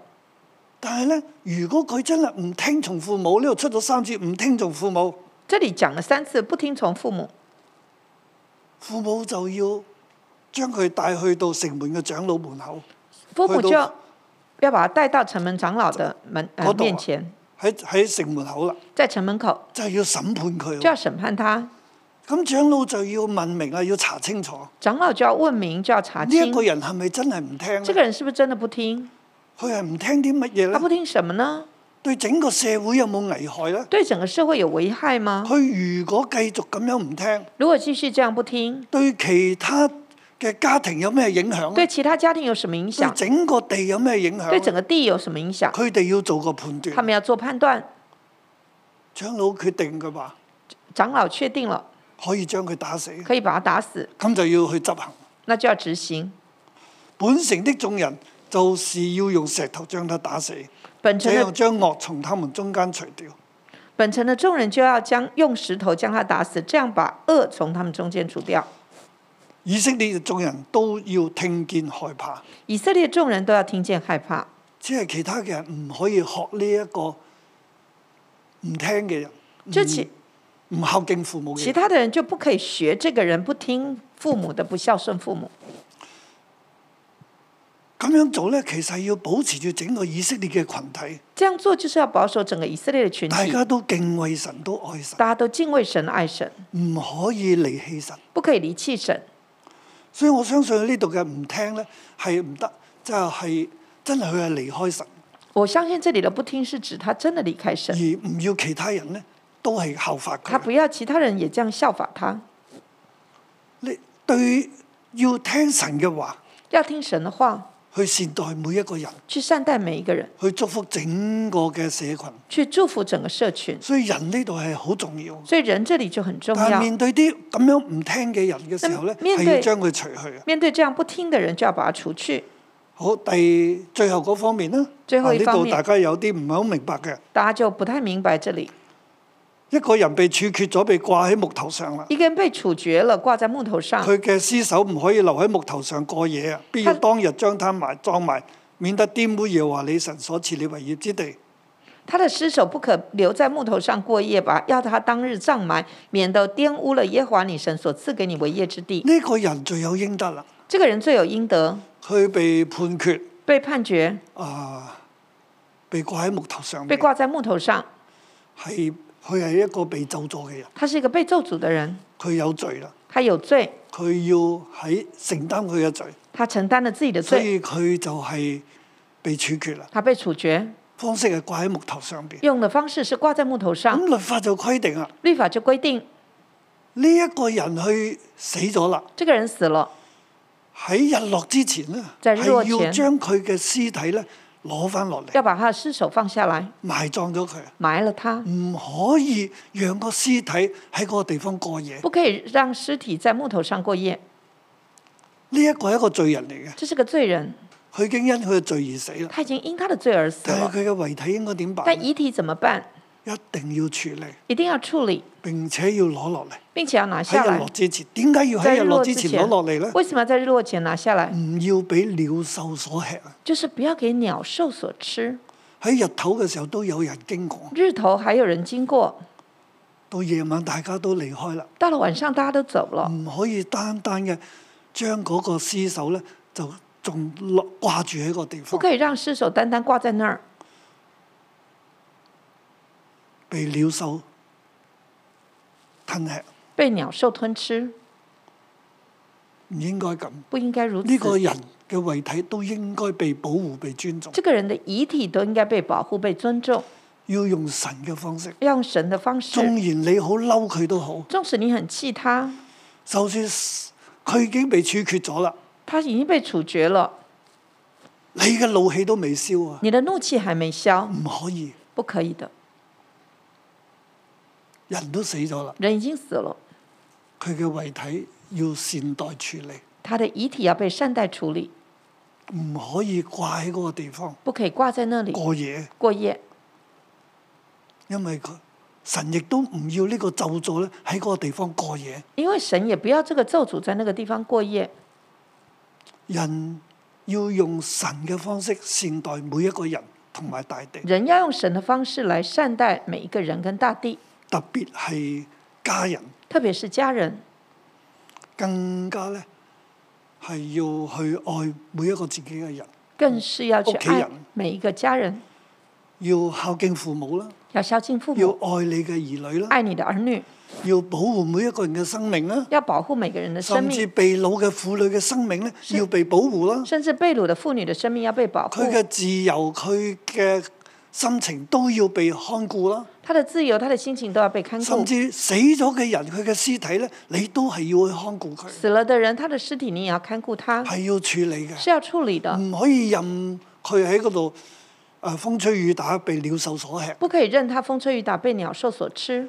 Speaker 2: 但係咧，如果佢真係唔聽從父母，呢度出咗三次唔聽從父母，
Speaker 3: 这里讲了三次不听从父母，
Speaker 2: 父母就要將佢帶去到城門嘅長老門口，
Speaker 3: 父母
Speaker 2: 回
Speaker 3: 就
Speaker 2: 头
Speaker 3: 要要把他带到城门长老的门
Speaker 2: 我
Speaker 3: 呃
Speaker 2: 懂啊
Speaker 3: 面前，
Speaker 2: 喺喺城門口啦，
Speaker 3: 在城门口
Speaker 2: 就係要審判佢
Speaker 3: 就要
Speaker 2: 喎。
Speaker 3: 审判他。
Speaker 2: 咁長老就要問明啦，要查清楚
Speaker 3: 长老就要问明，就要查
Speaker 2: 呢一
Speaker 3: 清
Speaker 2: 個人係咪真係唔聽
Speaker 3: 这
Speaker 2: 呢？
Speaker 3: 个人是不是真的不听？
Speaker 2: 佢係唔聽啲乜嘢
Speaker 3: 他
Speaker 2: 呢？
Speaker 3: 不听什么呢？
Speaker 2: 對整個社會有冇危害呢？
Speaker 3: 对整个社会有危害吗？
Speaker 2: 佢如果繼續咁樣唔聽，
Speaker 3: 如果继续这样不听，
Speaker 2: 對其他嘅家庭有咩影響
Speaker 3: 对
Speaker 2: 呢？
Speaker 3: 其他家庭有什么影
Speaker 2: 對
Speaker 3: 响？
Speaker 2: 整個地有咩影響
Speaker 3: 对整
Speaker 2: 呢？
Speaker 3: 个地有什么影响？
Speaker 2: 佢哋要做個判斷
Speaker 3: 他。们要做判断。
Speaker 2: 長老決定嘅話，
Speaker 3: 长老确定了，
Speaker 2: 可以將佢打死，
Speaker 3: 可以把他打死，
Speaker 2: 咁就要去執行。
Speaker 3: 那就要执行。
Speaker 2: 本城的眾人就是要用石頭將他打死，
Speaker 3: 本
Speaker 2: 這
Speaker 3: 城
Speaker 2: 樣
Speaker 3: 的
Speaker 2: 將惡從他們中間除掉。
Speaker 3: 本城的众人就要将用石头将他打死，这样把恶从他们中间除掉。
Speaker 2: 以色列眾人都要聽見害怕，
Speaker 3: 以色列众人都要听见害怕，
Speaker 2: 只係其他嘅人唔可以學呢一個唔聽嘅人，
Speaker 3: 就其
Speaker 2: 唔孝敬父母嘅
Speaker 3: 其
Speaker 2: 人。
Speaker 3: 他的人就不可以学这个人不听父母的，不孝顺父母。
Speaker 2: 咁樣做呢，其實係要保持住整個以色列嘅群體，
Speaker 3: 这样做就是要保守整个以色列的群
Speaker 2: 大
Speaker 3: 体，
Speaker 2: 家都敬畏神，都愛神，
Speaker 3: 大家都敬畏神、爱神，
Speaker 2: 唔可以離棄神。
Speaker 3: 不可以离弃神。
Speaker 2: 所以我相信呢度嘅唔聽呢，係唔得，就係真係佢係離開神。
Speaker 3: 我相信这里的不听是指他真的离开
Speaker 2: 而
Speaker 3: 神，
Speaker 2: 唔要其他人咧都係效法
Speaker 3: 他
Speaker 2: 佢。
Speaker 3: 不要其他人也这样效法他，
Speaker 2: 你對要聽神嘅話，
Speaker 3: 要听神的话，
Speaker 2: 去善待每一個人，
Speaker 3: 去善待每一个人，
Speaker 2: 去祝福整個嘅社群。
Speaker 3: 去祝福整个社群。
Speaker 2: 所以人呢度係好重要。
Speaker 3: 所以人这里就很重
Speaker 2: 但係
Speaker 3: 要。
Speaker 2: 面對啲咁樣唔聽嘅人嘅時候咧，
Speaker 3: 咁面
Speaker 2: 係
Speaker 3: 對
Speaker 2: 要將佢除去。啊
Speaker 3: 面对这样不听的人，就要把他除去。
Speaker 2: 好，第最後嗰方面啦，
Speaker 3: 最後
Speaker 2: 啊
Speaker 3: 一
Speaker 2: 呢
Speaker 3: 方
Speaker 2: 度
Speaker 3: 面
Speaker 2: 大家有啲唔係好明白嘅。
Speaker 3: 大家就不太明白这里，
Speaker 2: 一個人被處決咗，被掛喺木頭上啦。
Speaker 3: 一个人被处决了，挂在木头上，
Speaker 2: 佢嘅屍首唔可以留喺木頭上過夜啊，必要
Speaker 3: 啊他
Speaker 2: 當日將它埋葬埋，免得玷污耶和華你神所賜你為業之地。
Speaker 3: 他的尸首不可留在木头上过夜吧，要他当日葬埋，免得玷污了耶和华你神所赐给你为业之地。
Speaker 2: 呢個人罪有應得啦，
Speaker 3: 这个人罪有应得，
Speaker 2: 佢被判決
Speaker 3: 被判决，
Speaker 2: 啊、被掛喺木頭上
Speaker 3: 被
Speaker 2: 面，
Speaker 3: 挂在木头上，
Speaker 2: 係佢係一個被咒詛嘅人，
Speaker 3: 他是一个被咒诅的人，
Speaker 2: 佢有罪啦，
Speaker 3: 他有罪，
Speaker 2: 佢要喺承擔佢嘅罪，
Speaker 3: 他承担了自己的
Speaker 2: 所
Speaker 3: 罪，
Speaker 2: 以佢就係被處決啦。
Speaker 3: 他被处决，
Speaker 2: 方式係掛喺木頭上邊。
Speaker 3: 用的方式是挂在木头上
Speaker 2: 咁。律法就規定啦，啊
Speaker 3: 律法就规定，
Speaker 2: 呢、一個人去死咗啦，
Speaker 3: 这个人死了，
Speaker 2: 喺日落之前咧，
Speaker 3: 在日
Speaker 2: 係
Speaker 3: 落
Speaker 2: 要
Speaker 3: 前
Speaker 2: 將佢嘅屍體咧攞翻落嚟，
Speaker 3: 要把他的尸首放下来，
Speaker 2: 埋葬咗佢，啊
Speaker 3: 埋了他。
Speaker 2: 唔可以讓個屍體喺嗰個地方過夜。
Speaker 3: 不可以让尸体在木头上过夜，
Speaker 2: 呢一個係一個罪人嚟嘅，
Speaker 3: 这是个罪人，
Speaker 2: 佢已經因佢嘅罪而死啦。
Speaker 3: 他已經因他的罪而死
Speaker 2: 但
Speaker 3: 了。
Speaker 2: 係佢嘅遺體應該點辦？
Speaker 3: 但遗体怎么办？
Speaker 2: 一定要處理，
Speaker 3: 一定要處理，
Speaker 2: 並且要攞落嚟
Speaker 3: 并且要拿下
Speaker 2: 喺日
Speaker 3: 来
Speaker 2: 落。之前。點解要
Speaker 3: 在
Speaker 2: 喺
Speaker 3: 日
Speaker 2: 日落
Speaker 3: 落
Speaker 2: 之
Speaker 3: 之
Speaker 2: 前
Speaker 3: 前
Speaker 2: 攞落嚟呢？
Speaker 3: 为什么要在日落
Speaker 2: 嗯
Speaker 3: 前拿下来？
Speaker 2: 唔要俾鳥獸所吃啊！
Speaker 3: 就是不要给鸟兽所吃，
Speaker 2: 喺日頭嘅時候都有人經過，
Speaker 3: 日头还有人经过，
Speaker 2: 到夜晚大家都離開啦，
Speaker 3: 到了晚上大家都走了，
Speaker 2: 唔可以單單嘅將嗰個屍首咧就仲落掛住喺個地
Speaker 3: 不
Speaker 2: 方，
Speaker 3: 可以讓尸首单单挂在那儿，
Speaker 2: 被鳥獸吞吃，
Speaker 3: 被鸟兽吞吃，
Speaker 2: 唔應該咁。
Speaker 3: 不应该如此。
Speaker 2: 呢個人嘅遺體都應該被保護、被尊重，
Speaker 3: 这个人的遗体都应该被保护、被尊重，
Speaker 2: 要用神嘅方式。
Speaker 3: 要用神的方
Speaker 2: 縱
Speaker 3: 式。
Speaker 2: 然你好嬲佢都好，
Speaker 3: 纵使你很气他，
Speaker 2: 就算佢已經被處決咗啦，
Speaker 3: 他已經被處決了，
Speaker 2: 你嘅怒氣都未消啊，
Speaker 3: 你的怒氣還沒消，
Speaker 2: 唔可以，
Speaker 3: 不可以的。
Speaker 2: 人都死咗啦，
Speaker 3: 人已經死了，
Speaker 2: 佢嘅遺體要善待處理，
Speaker 3: 他的遺體要被善待處理，
Speaker 2: 唔可以掛喺嗰個地方
Speaker 3: 不可以掛在那裡
Speaker 2: 過夜，
Speaker 3: 過夜，
Speaker 2: 因為佢神亦都唔要呢個咒詛咧喺嗰個地方過夜。
Speaker 3: 因為神也不要這個咒詛在那個地方過夜。
Speaker 2: 人要用神嘅方式善待每一個人同埋大地。
Speaker 3: 人要用神的方式來善待每一個人跟大地，
Speaker 2: 特別係家人，
Speaker 3: 特別是家人，
Speaker 2: 更加咧係要去愛每一個自己嘅人，
Speaker 3: 更是要去
Speaker 2: 屋企
Speaker 3: 愛
Speaker 2: 人
Speaker 3: 每一個家人，
Speaker 2: 要孝敬父母啦，
Speaker 3: 要孝敬父
Speaker 2: 要
Speaker 3: 母，
Speaker 2: 愛你嘅兒女啦，
Speaker 3: 愛你的兒女，
Speaker 2: 要保護每一個人嘅生命啦，
Speaker 3: 要保護每個人的生
Speaker 2: 甚至
Speaker 3: 命，
Speaker 2: 被老嘅婦女嘅生命咧
Speaker 3: 是
Speaker 2: 要被保護啦，
Speaker 3: 甚至被掳的婦女的生命要被保
Speaker 2: 佢
Speaker 3: 護，
Speaker 2: 嘅自由、佢嘅心情都要被看顧啦，
Speaker 3: 她的自由、她的心情都要被看顧
Speaker 2: 甚。至死咗嘅人佢嘅屍體咧，你都係要去看顧佢，
Speaker 3: 死了的人，他的尸体你也要看顾他，
Speaker 2: 係要處理嘅，
Speaker 3: 啊是啊要處理的，
Speaker 2: 唔可以任佢喺嗰度誒風吹雨打被鳥獸所吃。
Speaker 3: 不可以任他風吹雨打被鳥獸所吃，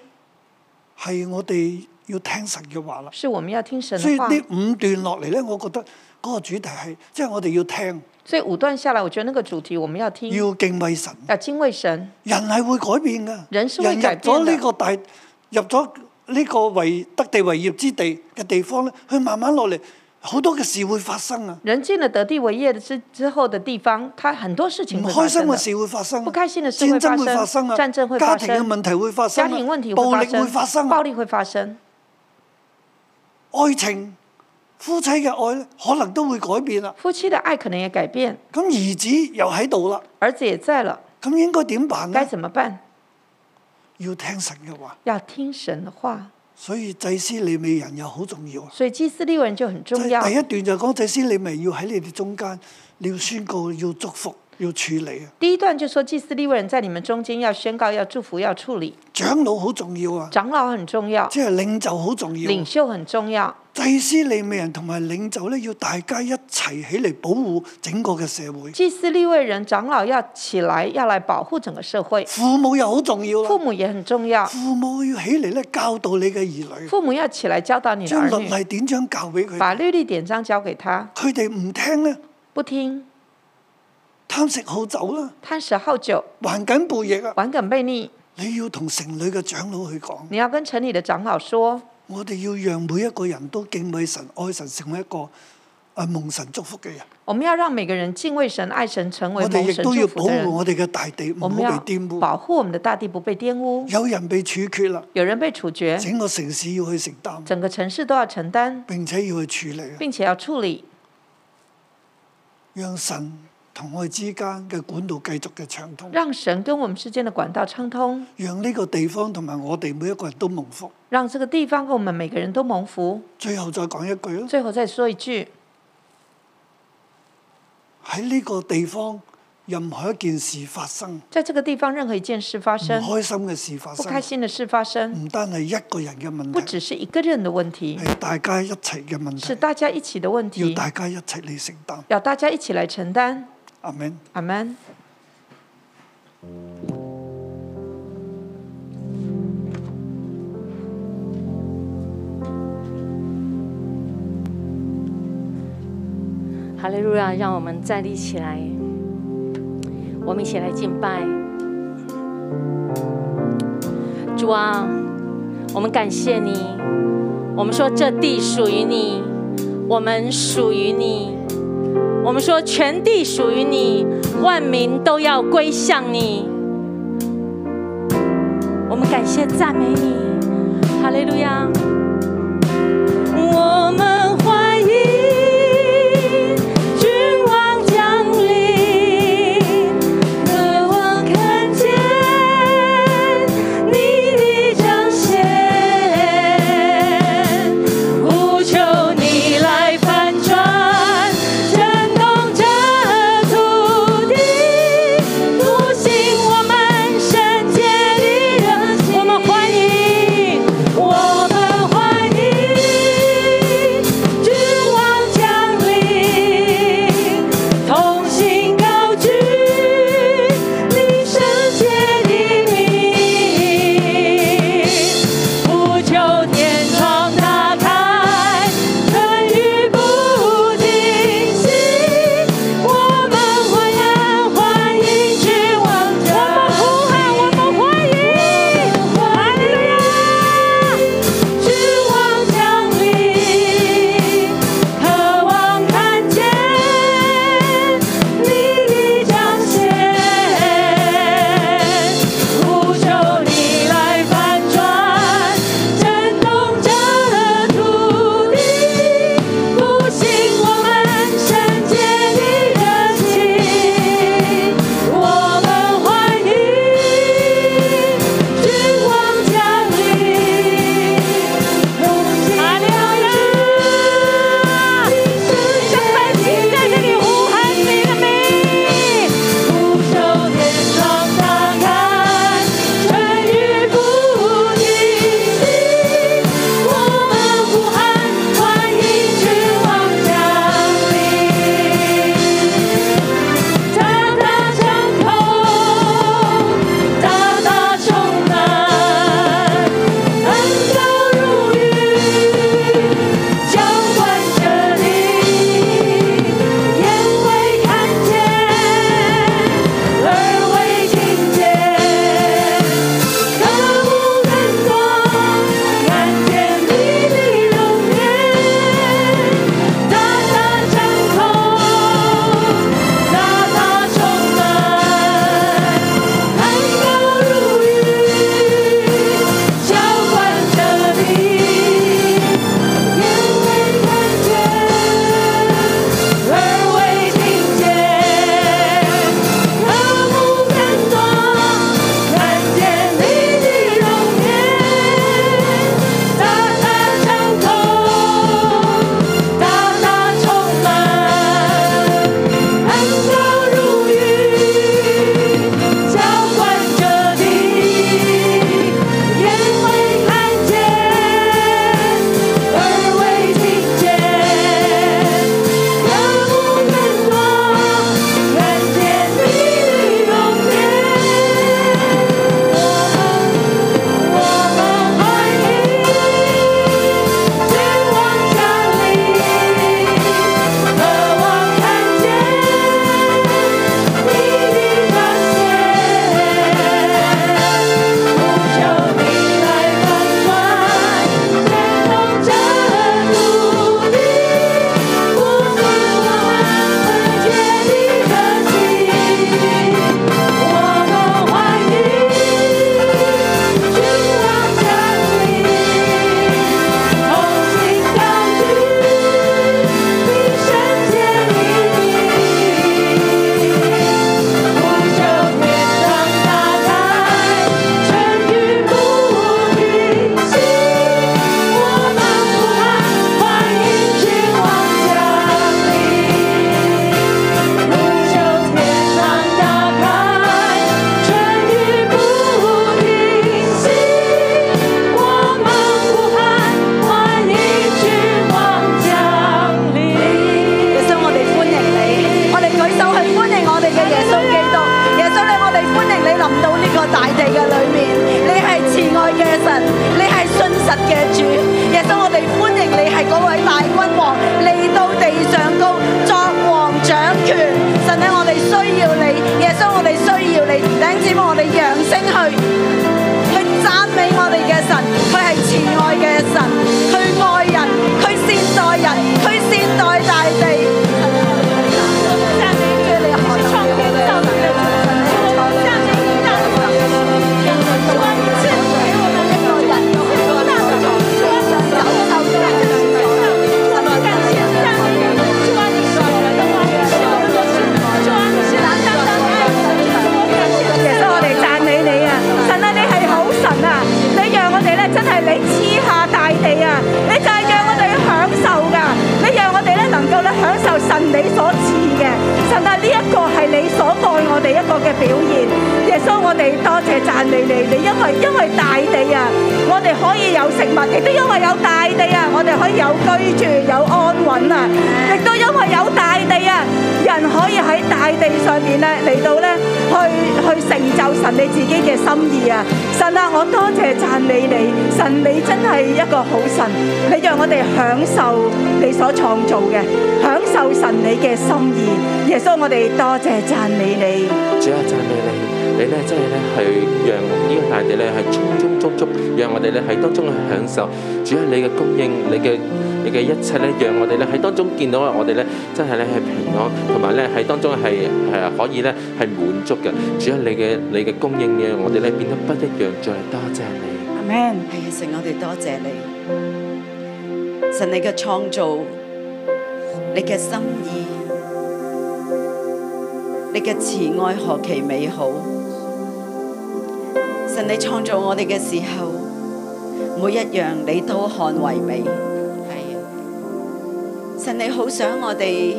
Speaker 2: 係我哋要聽神嘅話啦。
Speaker 3: 是我們要聽神
Speaker 2: 所以
Speaker 3: 的話。
Speaker 2: 呢五段落嚟咧，我覺得嗰個主題係即係我哋要聽，
Speaker 3: 所以五段下來，我覺得那個主題我們要聽，
Speaker 2: 要敬畏神。
Speaker 3: 要敬畏神。
Speaker 2: 人係會改變嘅，
Speaker 3: 人是會
Speaker 2: 入
Speaker 3: 改變
Speaker 2: 咗
Speaker 3: 嘅
Speaker 2: 呢個大入咗呢個為得地為業之地嘅地方咧，佢慢慢落嚟好多嘅事會發生啊，
Speaker 3: 人進了得地為業的之之後的地方，他很多事
Speaker 2: 唔
Speaker 3: 情會發
Speaker 2: 開心
Speaker 3: 生的
Speaker 2: 嘅，事會發生啊，
Speaker 3: 不開心嘅事
Speaker 2: 戰
Speaker 3: 會發
Speaker 2: 爭
Speaker 3: 生
Speaker 2: 會發生啊，
Speaker 3: 戰爭會
Speaker 2: 家
Speaker 3: 發
Speaker 2: 庭
Speaker 3: 生
Speaker 2: 嘅問題會發生
Speaker 3: 家
Speaker 2: 啊，
Speaker 3: 庭問題
Speaker 2: 暴力
Speaker 3: 會
Speaker 2: 會發
Speaker 3: 發
Speaker 2: 生
Speaker 3: 生，
Speaker 2: 啊
Speaker 3: 暴，力會發生，
Speaker 2: 愛情夫妻嘅愛咧可能都會改變啦。
Speaker 3: 夫妻的愛可能也改變，
Speaker 2: 咁兒子又喺度啦，
Speaker 3: 兒子也在了，
Speaker 2: 咁應該點辦
Speaker 3: 該
Speaker 2: 咧？
Speaker 3: 怎麼辦？
Speaker 2: 要聽神嘅話，
Speaker 3: 要聽神的話，
Speaker 2: 所以祭司利未人又好重要啊。
Speaker 3: 所以祭司立人就很重要
Speaker 2: 即。係第一段就講祭司利未要喺你哋中間，你要宣告，要祝福，要處理啊。
Speaker 3: 第一段就說祭司立位人在你們中間要宣告、要祝福、要处理，
Speaker 2: 長老好重要啊，
Speaker 3: 长老很重要，
Speaker 2: 即係領袖好重要
Speaker 3: 領
Speaker 2: 啊。
Speaker 3: 袖很重要，
Speaker 2: 祭司利未人同埋領袖咧，要大家一齊起嚟保護整個嘅社會。
Speaker 3: 祭司立位人、长老要起來，要來保護整個社會，
Speaker 2: 父母又好重要
Speaker 3: 父
Speaker 2: 啦，
Speaker 3: 母也很重要，
Speaker 2: 父母要起嚟咧教導你嘅兒女，
Speaker 3: 父母要起來教導你的
Speaker 2: 將
Speaker 3: 兒
Speaker 2: 律
Speaker 3: 女，
Speaker 2: 例典章教俾佢。
Speaker 3: 把律例典章交給他，
Speaker 2: 佢哋唔聽咧，
Speaker 3: 不聽
Speaker 2: 貪食好酒啦，
Speaker 3: 貪食好酒、
Speaker 2: 還緊背逆啊！
Speaker 3: 玩梗悖逆，
Speaker 2: 你要同城裏嘅長老去講。
Speaker 3: 你要跟城里的长老說，
Speaker 2: 我哋要讓每一個人都敬畏神、愛神，成為一個誒蒙神祝福嘅人。
Speaker 3: 我們要讓每個人敬畏神、愛神，成為
Speaker 2: 我哋
Speaker 3: 蒙
Speaker 2: 亦
Speaker 3: 神
Speaker 2: 都要
Speaker 3: 祝
Speaker 2: 保
Speaker 3: 福的
Speaker 2: 護
Speaker 3: 人。
Speaker 2: 我哋嘅大地，唔
Speaker 3: 我
Speaker 2: 好
Speaker 3: 們要
Speaker 2: 被玷污。
Speaker 3: 保護我們的大地不被玷污。
Speaker 2: 有人被處決啦，
Speaker 3: 有人被處決，
Speaker 2: 整個城市要去承擔，
Speaker 3: 整個城市都要承擔。
Speaker 2: 並且要去處理，啊
Speaker 3: 并且要處理，
Speaker 2: 讓神同我哋之間嘅管道繼續嘅暢通，
Speaker 3: 讓神跟我們之間的管道暢通，
Speaker 2: 讓呢個地方同埋我哋每一個人都蒙福。
Speaker 3: 讓這個地方跟我們每個人都蒙福。
Speaker 2: 最後再講一句啦，啊
Speaker 3: 最後再說一句，
Speaker 2: 喺呢個地方，任何一件事發生，
Speaker 3: 在這個地方任何一件事發
Speaker 2: 唔
Speaker 3: 生，
Speaker 2: 開心嗯嘅事發
Speaker 3: 不開
Speaker 2: 生，
Speaker 3: 心的事發生，
Speaker 2: 唔單係一個人嘅問
Speaker 3: 不
Speaker 2: 題，
Speaker 3: 只是一個人的問題，
Speaker 2: 係大家一齊嘅問題
Speaker 3: 是。大家一起的問
Speaker 2: 嗯要
Speaker 3: 題，
Speaker 2: 大家一齊嚟承擔。
Speaker 3: 要大家一起來承擔。
Speaker 2: 阿明，
Speaker 3: 阿門。
Speaker 4: 哈利路亚！让我们站立起来，我们一起来敬拜主啊！我们感谢你，我们说这地属于你，我们属于你，我们说全地属于你，万民都要归向你。我们感谢赞美你，哈利路亚。我们欢迎君王降临，渴望看见你的彰显，呼求你来翻转震动这土地，复兴我们圣洁的热情。我们欢迎，我们欢迎君王降临，同心高举你圣洁的名。不求天窗打开，
Speaker 5: 我哋多謝讚美你，你因為因為大地啊，我哋可以有食物，亦都因為有大地啊，我哋可以有居住，有安穩啊，亦都因為有大地啊，人可以喺大地上面咧嚟到咧去去成就神你自己嘅心意啊！神啊，我多謝讚美你，神你真係一個好神，你讓我哋享受你所創造嘅，享受神你嘅心意。耶穌，我哋多謝讚美你。
Speaker 6: 主啊，讚美你，你咧真係咧係讓呢個大地咧係充充足足，讓我哋咧喺當中去享受。主啊，你嘅供應，你嘅你嘅一切咧，讓我哋咧喺當中見到啊，我哋咧真係咧係平安，同埋咧喺當中係係可以咧係滿足嘅。主啊，你嘅你嘅供應嘅，我哋咧變得不一樣，再多謝你。
Speaker 7: 系神，我哋多謝你，神你嘅創造，你嘅心意，你嘅慈愛何其美好。神你創造我哋嘅時候，每一樣你都看為美。系啊，神你好想我哋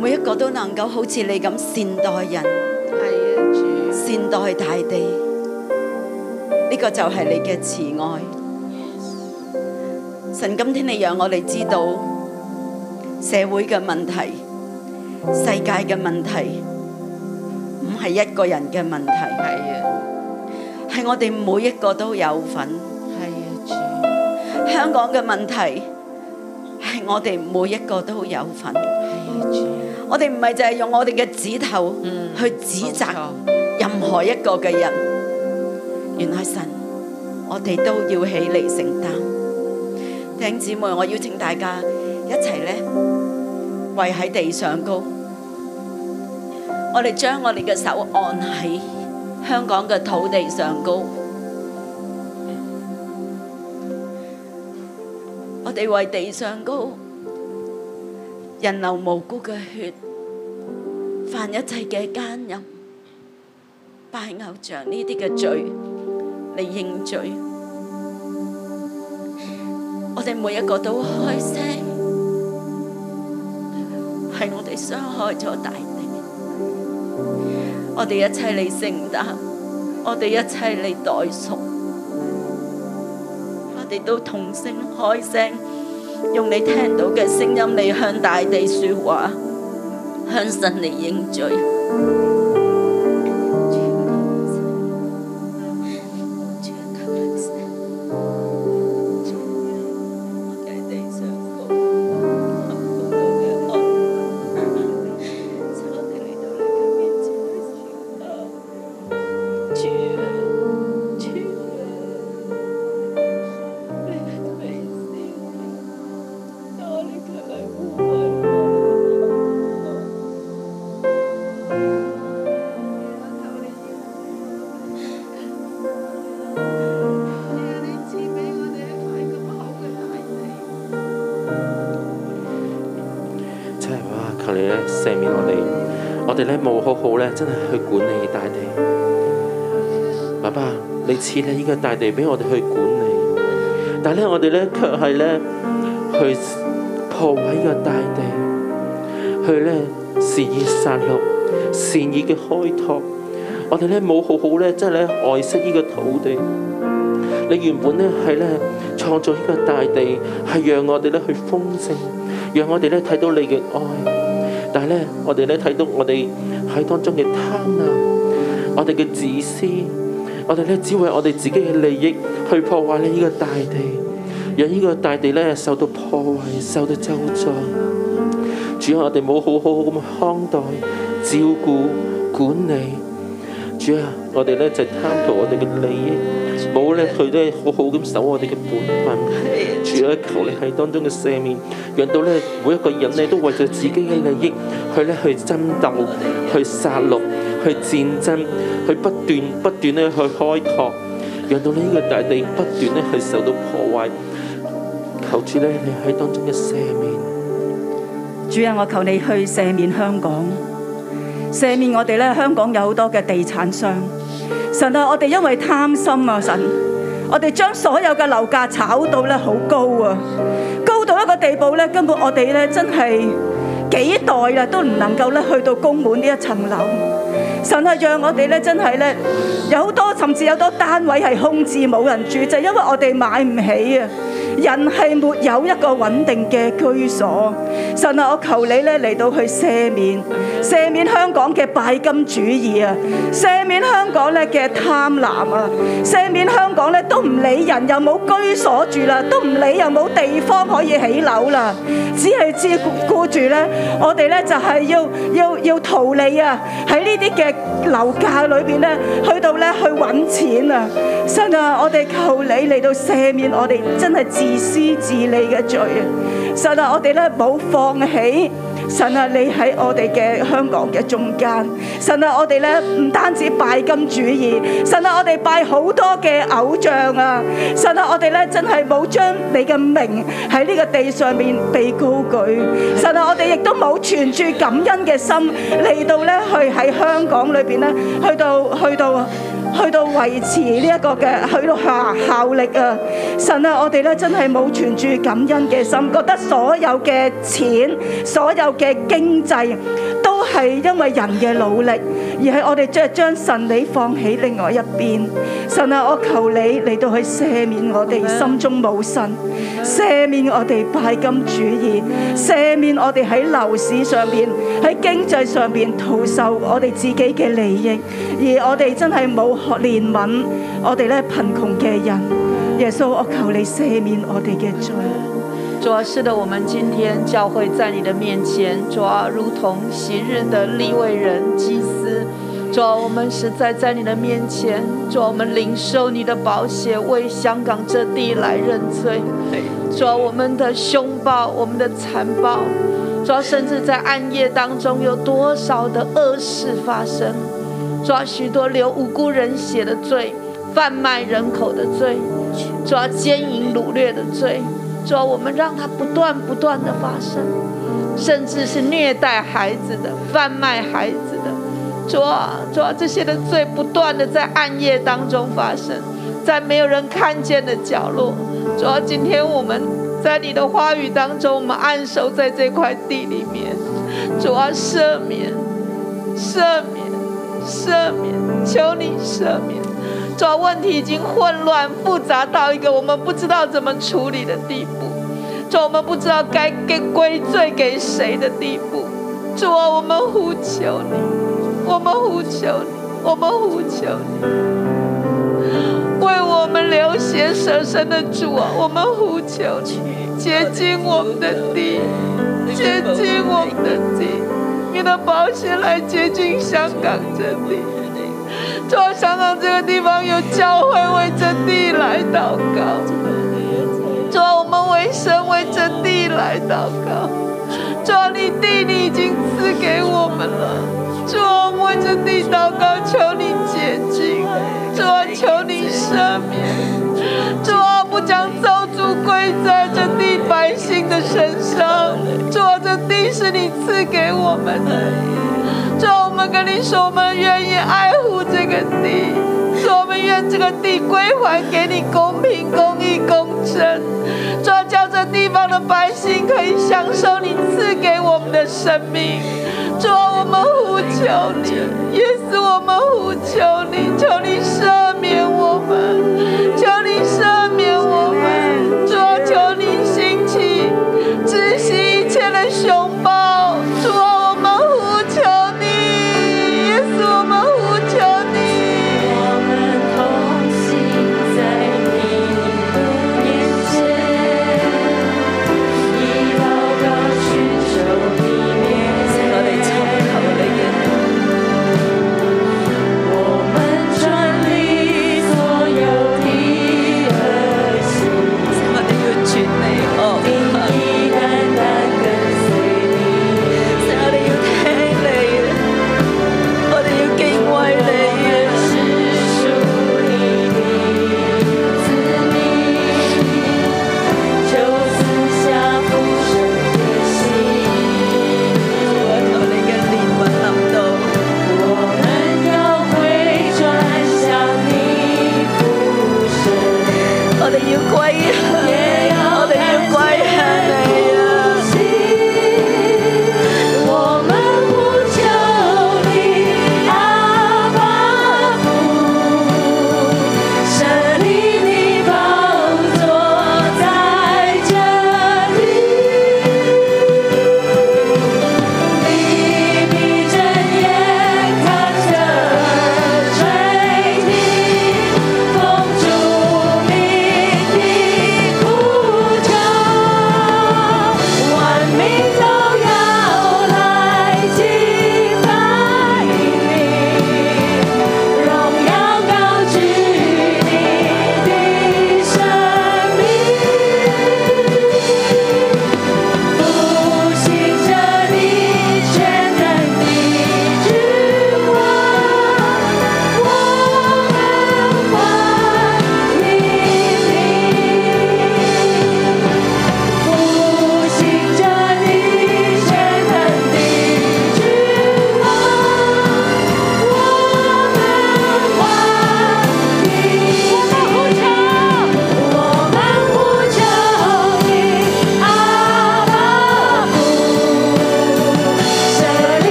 Speaker 7: 每一個都能夠好似你咁善待人，系啊，善待大地。呢個就係你嘅慈愛。神，今天你讓我哋知道社會嘅問題、世界嘅問題，唔係一個人嘅問題。係啊，係我哋每一個都有份。係啊，主。香港嘅問題係我哋每一個都有份。啊我哋唔係就係用我哋嘅指頭去指責任何一個嘅人。原來神，我哋都要起嚟承擔。弟兄姊妹，我邀請大家一齊咧，跪喺地上高，我哋將我哋嘅手按喺香港嘅土地上高，我哋為地上高人流無辜嘅血，犯一切嘅奸淫、拜偶像呢啲嘅罪。嚟認罪。我哋每一個都開聲，係我哋傷害咗大地，我哋一齊嚟承擔，我哋一齊嚟代贖，我哋都同聲開聲，用你聽到嘅聲音嚟向大地説話，向神嚟認罪。
Speaker 6: 真係哇！求你咧赦免我哋，我哋咧冇好好咧，真係去管理大地。爸爸，你賜咧呢個大地俾我哋去管理，但係咧我哋咧卻係咧去破壞呢個大地，去咧肆意殺戮、善意嘅開拓。我哋咧冇好好咧，即係咧愛惜呢個土地。你原本咧係咧創造呢個大地，係讓我哋咧去豐盛。讓我哋咧睇到你嘅愛，但係咧我哋咧睇到我哋喺當中嘅貪婪，我哋嘅自私，我哋咧只為我哋自己嘅利益去破壞咧呢個大地，讓呢個大地咧受到破壞，受到咒詛。主啊，我哋冇好好咁看待、照顧、管理。主啊，我哋咧就貪圖我哋嘅利益，冇咧佢咧好好咁守我哋嘅本分。主啊，求你喺當中嘅赦免，讓到咧每一個人咧都為咗自己嘅利益去咧去爭鬥、去殺戮、去戰爭、去不斷不斷咧去開拓，讓到呢個大地不斷咧去受到破壞。求主咧，你喺當中嘅赦免。
Speaker 5: 主啊，我求你去赦免香港，赦免我哋咧。香港有好多嘅地產商，神啊，我哋因為貪心啊，神，我哋將所有嘅樓價炒到咧好高啊，高到一個地步咧，根本我哋咧真係幾代啦都唔能夠咧去到供滿呢一層樓。神啊，讓我哋咧真係咧有好多甚至有好多單位係空置冇人住，就係因為我哋買唔起啊！人係沒有一個穩定嘅居所，神啊，我求你咧嚟到去赦免，赦免香港嘅拜金主義啊，赦免香港咧嘅貪婪啊，赦免香港咧都唔理人又冇居所住啦，都唔理又冇地方可以起樓啦，只係只顧住咧，我哋咧就係要要要逃利啊！喺呢啲嘅樓價裏邊咧，去到咧去揾錢啊！神啊，我哋求你嚟到赦免我哋真係自私自利嘅罪啊！神啊，我哋咧冇放棄。神啊，你喺我哋嘅香港嘅中間。神啊，我哋咧唔單止拜金主義，神啊，我哋拜好多嘅偶像啊！神啊，我哋咧真係冇將你嘅名喺呢個地上面被高舉。神啊，我哋亦都冇存住感恩嘅心嚟到咧去喺香港裏邊咧，去到去到。去到維持呢一個嘅去到效效力啊！神啊，我哋咧真係冇存住感恩嘅心，覺得所有嘅錢、所有嘅經濟都係因為人嘅努力，而係我哋即係將神你放喺另外一邊。神啊，我求你嚟到去赦免我哋心中冇神，赦免我哋拜金主義，赦免我哋喺樓市上邊、喺經濟上邊徒受我哋自己嘅利益，而我哋真係冇學憐憫我哋咧貧窮嘅人。耶穌，我求你赦免我哋嘅罪。
Speaker 8: 主啊，是的，我们今天教会在你的面前，主啊，如同昔日的立位人祭司，主啊，我们实在在你的面前，主啊，我们领受你的宝血，为香港这地来认罪。主啊，我们的凶暴，我们的残暴，主啊，甚至在暗夜当中，有多少的恶事发生？主啊，许多流无辜人血的罪，贩卖人口的罪，主啊，奸淫掳掠的罪，主啊，我们让它不断不断的发生，甚至是虐待孩子的、贩卖孩子的，主啊，主啊，这些的罪不断的在暗夜当中发生，在没有人看见的角落。主啊，今天我们在你的话语当中，我们按手在这块地里面，主啊，赦免，赦免。赦免，求你赦免。主要问题已经混乱复杂到一个我们不知道怎么处理的地步，主啊我们不知道该给归罪给谁的地步。主啊，我们呼求你，我们呼求你，我们呼求你，为我们流血舍身的主啊，我们呼求你，洁净我们的地，洁净我们的地。你的保险来接近香港这地。主啊，香港这个地方有教会为这地来祷告，主啊，我们为神为这地来祷告。主啊，你地你已经赐给我们了，主啊，我们为这地祷告，求你洁净，主啊，求你赦免，主啊，不将咒诅归在这地百姓的身上，主啊，这地是你赐给我们的，主啊，我们跟你说，我们愿意爱护这个地，主啊，我们愿这个地归还给你公平、公义、公正，主啊，叫这地方的百姓可以享受你赐给我们的生命，主啊，我们呼求你，耶稣，我们呼求你，求你赦免我们，求你赦免我们，主啊，求你兴起，止息一切的凶暴，主啊，我们呼求你，耶稣，我们呼求你。
Speaker 4: 我们同行在你的面前，以祷告寻求你面前。我哋寻求你嘅我们转离所有的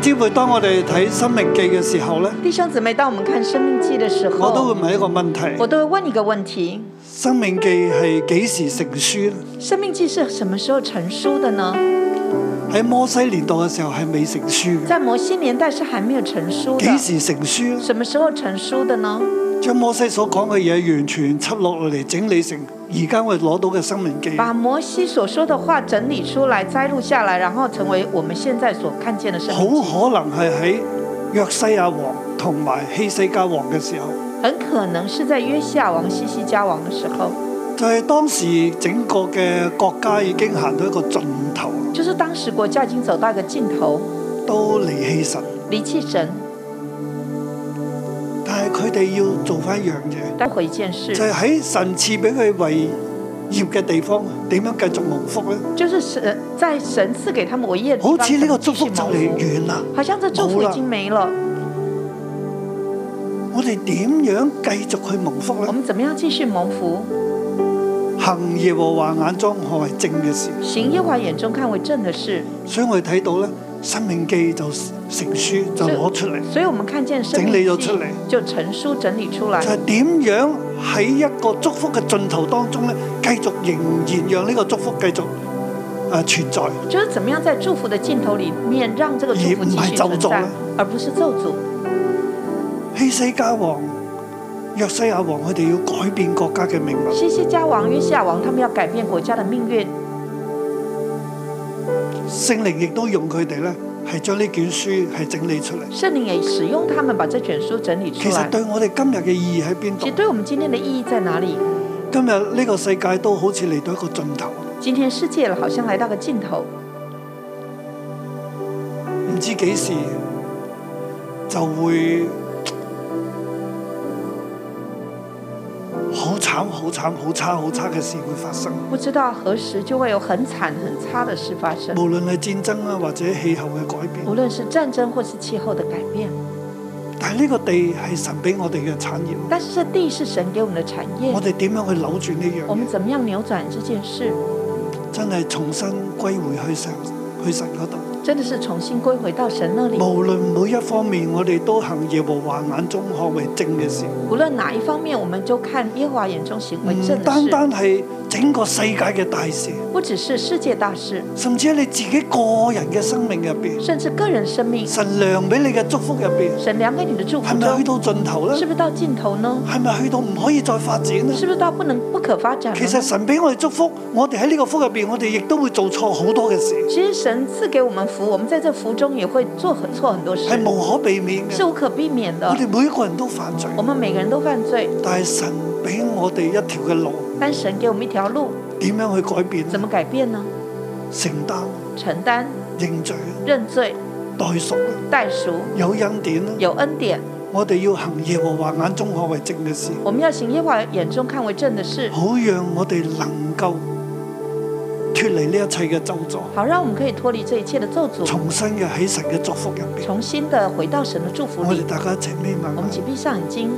Speaker 2: 姊妹，當我哋睇《生命記》嘅時候呢，
Speaker 3: 弟兄姊妹，当我们看《生命记》的时候，
Speaker 2: 我都會問一個問題：
Speaker 3: 哦
Speaker 2: 《
Speaker 3: 我都会问一个问题：
Speaker 2: 生命記》係幾時成書呢？
Speaker 3: 《生命记》是什么时候成书的呢？
Speaker 2: 喺摩西年代嘅時候係未成書嘅，
Speaker 3: 在摩西年代是还没有成书的，
Speaker 2: 幾時成書呢？
Speaker 3: 什么时候成书的呢？
Speaker 2: 將摩西所講嘅嘢完全輯落嚟整理成而家我哋攞到嘅《生命記》。
Speaker 3: 把摩西所说的话整理出来，摘录下来，然后成为我们现在所看见的生
Speaker 2: 好啊
Speaker 3: 命记。
Speaker 2: 可能係喺約西亞王同埋希西家王嘅時候，
Speaker 3: 很可能是在约西亚王、西西家王的时候，
Speaker 2: 就係、當時整個嘅國家已經行到一個盡頭，
Speaker 3: 就是当时国家已经走到一个尽头，
Speaker 2: 都離棄神。
Speaker 3: 离弃神。
Speaker 2: 但係佢哋要做翻一樣嘢，
Speaker 3: 待会一件事
Speaker 2: 就，係、喺神賜俾佢為業嘅地方，點樣繼續蒙福呢？
Speaker 3: 就是神呃在神赐给他们为业的地
Speaker 2: 好
Speaker 3: 方，
Speaker 2: 似呢個祝福就
Speaker 3: 怎么
Speaker 2: 嚟
Speaker 3: 去谋福
Speaker 2: 完啦，
Speaker 3: 好像这祝福已经没了，
Speaker 2: 我哋點樣繼續去蒙福
Speaker 3: 我
Speaker 2: 呢？
Speaker 3: 们怎么样继续蒙福？
Speaker 2: 行耶和華眼中何為正嘅事，
Speaker 3: 行耶和华眼中看为正的事，
Speaker 2: 所以我哋睇到呢，《生命記》就成書就攞出嚟。
Speaker 3: 所以我们看见生
Speaker 2: 整理
Speaker 3: 命
Speaker 2: 咗
Speaker 3: 记
Speaker 2: 出嚟
Speaker 3: 就成书整理出来
Speaker 2: 就，係點樣喺一個祝福嘅盡頭當中咧，繼續仍然讓呢個祝福繼續誒存在，
Speaker 3: 就是怎么样在祝福的尽头里面让这个祝福继续
Speaker 2: 而唔係
Speaker 3: 存
Speaker 2: 咒詛
Speaker 3: 在
Speaker 2: 啦，
Speaker 3: 而不是咒诅。
Speaker 2: 希西家王、約西亞王，佢哋要改變國家嘅命運。
Speaker 3: 西西家王、约西亚王他们要改变国家的命运，
Speaker 2: 聖靈亦都用佢哋咧，係將呢卷書係整理出嚟。
Speaker 3: 圣灵也使用他们把这卷书整理出
Speaker 2: 其實
Speaker 3: 来。
Speaker 2: 對我哋今日嘅意義喺邊
Speaker 3: 其
Speaker 2: 度
Speaker 3: 实？对我们今天的意义在哪里？
Speaker 2: 今日呢個世界都好似嚟到一個盡頭，
Speaker 3: 今天世界好像来到个尽头，
Speaker 2: 唔知幾時就會好慘、好慘、好差、好差嘅事會發生。
Speaker 3: 不知道何时就会有很惨很差的事发生。
Speaker 2: 無論係戰爭啊，或者氣候嘅改
Speaker 3: 无
Speaker 2: 變，
Speaker 3: 论是战争或是气候的改变，
Speaker 2: 但係呢個地係神俾我哋嘅產業，
Speaker 3: 但是这地是神给我们的产业
Speaker 2: 我，哋點樣去扭轉呢
Speaker 3: 我
Speaker 2: 樣
Speaker 3: 们怎么样扭转这件事？
Speaker 2: 嘢？真係重新歸回去神去神嗰度。
Speaker 3: 真的是重新归回到神那里。
Speaker 2: 無論每一方面，我哋都行耶和華眼中看為正嘅事，
Speaker 3: 无论哪一方面，我们就看耶和华眼中行为正
Speaker 2: 唔
Speaker 3: 的
Speaker 2: 單
Speaker 3: 事，
Speaker 2: 單係整個世界嘅大事，
Speaker 3: 不只是世界大事，
Speaker 2: 甚至喺你自己個人嘅生命入邊，
Speaker 3: 甚至个人生命，
Speaker 2: 神量俾你嘅祝福入邊，
Speaker 3: 神量给你的祝福
Speaker 2: 係咪去
Speaker 3: 中，
Speaker 2: 到盡頭
Speaker 3: 是
Speaker 2: 呢？
Speaker 3: 不是到尽头呢？
Speaker 2: 係咪去到唔可以再發展呢？
Speaker 3: 是不是到不能不可发展了
Speaker 2: 其
Speaker 3: 呢？
Speaker 2: 實神俾我哋祝福，我哋喺呢個福入邊，我哋亦都會做錯好多嘅事。
Speaker 3: 其实神赐给我们福，我们在这福中也会做很错很多事
Speaker 2: 係，無可避免
Speaker 3: 是
Speaker 2: 嘅。
Speaker 3: 无可避免
Speaker 2: 哎我
Speaker 3: 的。
Speaker 2: 哋每一個人都犯罪，
Speaker 3: 我们每个人都犯罪，
Speaker 2: 但係神俾我哋一條嘅路，
Speaker 3: 但神给我们一条路，
Speaker 2: 點樣去改變？
Speaker 3: 怎么改变呢？
Speaker 2: 承擔、
Speaker 3: 承担、
Speaker 2: 認罪、
Speaker 3: 认罪、
Speaker 2: 代贖啦，
Speaker 3: 代赎，
Speaker 2: 有恩典啦。
Speaker 3: 有恩典。
Speaker 2: 我哋要行耶和華眼中看為正嘅事，
Speaker 3: 我们要行耶和华眼中看为正的事，
Speaker 2: 好讓我哋能夠脱離呢一切嘅咒詛，
Speaker 3: 好让我们可以脱离这一切的咒诅，
Speaker 2: 重新嘅喺神嘅祝福入邊。
Speaker 3: 重新的回到神的祝福
Speaker 2: 我
Speaker 3: 里
Speaker 2: 哋。大家一齊眯埋
Speaker 3: 我
Speaker 2: 眼
Speaker 3: 们，请闭上眼睛，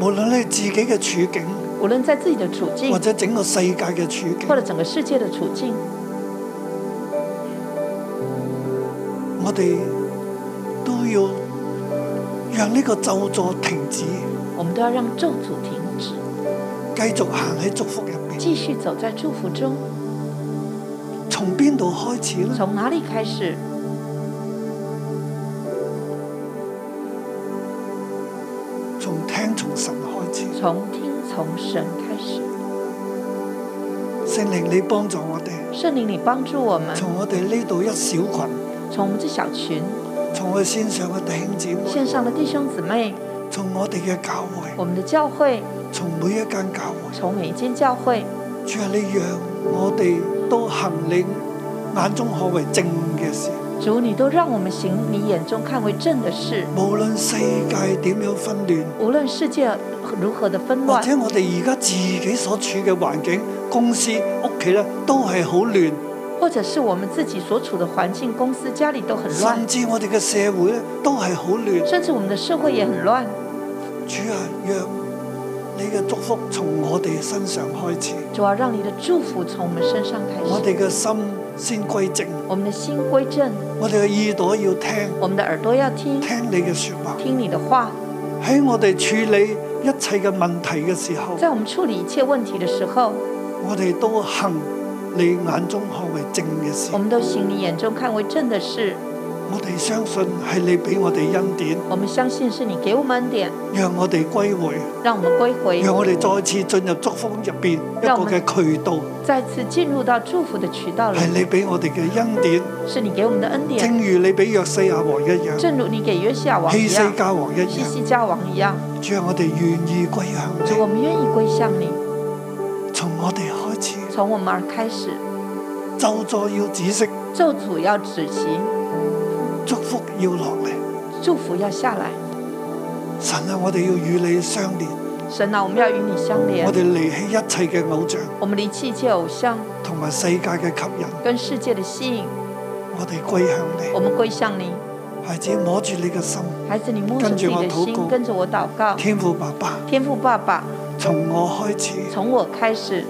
Speaker 2: 無論你自己嘅處境，
Speaker 3: 无论在自己的处境
Speaker 2: 或者整個世界嘅處境
Speaker 3: 嗯或，者整个世界的处境，
Speaker 2: 我哋都要讓呢個咒詛停止。
Speaker 3: 我们都要让咒诅停止，
Speaker 2: 繼續行喺祝福入邊，
Speaker 3: 继续走在祝福中。
Speaker 2: 從邊度開始呢？
Speaker 3: 从哪里开始？
Speaker 2: 從聽從神開始。
Speaker 3: 从听从神开始。
Speaker 2: 聖靈，你幫助我哋，
Speaker 3: 圣灵，你帮助我们，
Speaker 2: 從我哋呢度一小群，
Speaker 3: 从我们这小群
Speaker 2: 從我哋線上嘅弟兄姊妹，
Speaker 3: 线上的弟兄姊妹，
Speaker 2: 從我哋嘅教會，
Speaker 3: 我们的教会，
Speaker 2: 從每一間教會，
Speaker 3: 从每一间教会，
Speaker 2: 主啊，你讓我哋都行你眼中可為正嘅事。
Speaker 3: 主，你都让我们行你眼中看为正的事。
Speaker 2: 無論世界點樣紛亂，
Speaker 3: 无论世界如何的纷
Speaker 2: 或
Speaker 3: 乱，
Speaker 2: 者我哋而家自己所處嘅環境、公司、屋企咧，都係好亂，
Speaker 3: 或者是我们自己所处的环境、公司、家里都很乱
Speaker 2: 甚，至我哋嘅社會咧都係好亂。
Speaker 3: 甚至我们的社会也很乱。
Speaker 2: 主啊，让你嘅祝福從我哋身上開始，
Speaker 3: 主啊，讓你的祝福从我们身上开
Speaker 2: 我
Speaker 3: 始，
Speaker 2: 哋嘅心先歸正，
Speaker 3: 我們的心歸正，
Speaker 2: 我哋嘅耳朵要聽，
Speaker 3: 我們的耳朵要聽，
Speaker 2: 聽你嘅说話。
Speaker 3: 聽你的話。
Speaker 2: 喺我哋處理一切嘅問題嘅時候，
Speaker 3: 在我們處理一切問題的時候，
Speaker 2: 我哋都行你眼中看為正嘅事
Speaker 3: 我。們都行你眼中看為正的事。
Speaker 2: 我哋相信係你俾我哋恩典，
Speaker 3: 我們相信是你給我們恩典，
Speaker 2: 讓我哋歸回，
Speaker 3: 讓我們歸回，
Speaker 2: 讓我哋再次進入祝福入邊一
Speaker 3: 讓
Speaker 2: 個
Speaker 3: 我
Speaker 2: 嘅
Speaker 3: 們
Speaker 2: 渠道，
Speaker 3: 再次進入到祝福的渠道了
Speaker 2: 係。你俾我哋嘅恩典。
Speaker 3: 是你給我們的恩典，
Speaker 2: 正如你俾約西亞王一樣，
Speaker 3: 正如你給約西亞王
Speaker 2: 希
Speaker 3: 一
Speaker 2: 西
Speaker 3: 樣，
Speaker 2: 家王一
Speaker 3: 西
Speaker 2: 樣，
Speaker 3: 西家王一樣。
Speaker 2: 主啊，我哋願意歸向
Speaker 3: 主，我
Speaker 2: 你，
Speaker 3: 們願意歸向你，
Speaker 2: 從我哋開始，
Speaker 3: 從我們而開始。
Speaker 2: 咒詛要止息，
Speaker 3: 咒詛要止息，
Speaker 2: 祝福要落嚟。
Speaker 3: 祝福要下來。
Speaker 2: 神啊，我哋要與你相連，
Speaker 3: 神啊，我們要與你相連
Speaker 2: 我，哋離棄一切嘅偶像
Speaker 3: 我們離棄一切偶像
Speaker 2: 同埋世界嘅吸引，
Speaker 3: 跟世界的吸引，
Speaker 2: 我哋歸向
Speaker 3: 我
Speaker 2: 你。
Speaker 3: 們歸向你。
Speaker 2: 孩子摸住你嘅心，
Speaker 3: 孩子，你摸着
Speaker 2: 跟
Speaker 3: 自
Speaker 2: 着
Speaker 3: 己
Speaker 2: 我
Speaker 3: 的
Speaker 2: 祷告
Speaker 3: 心，跟着我禱告。
Speaker 2: 天父爸爸，
Speaker 3: 天父爸爸，
Speaker 2: 從我開始，
Speaker 3: 從我開始，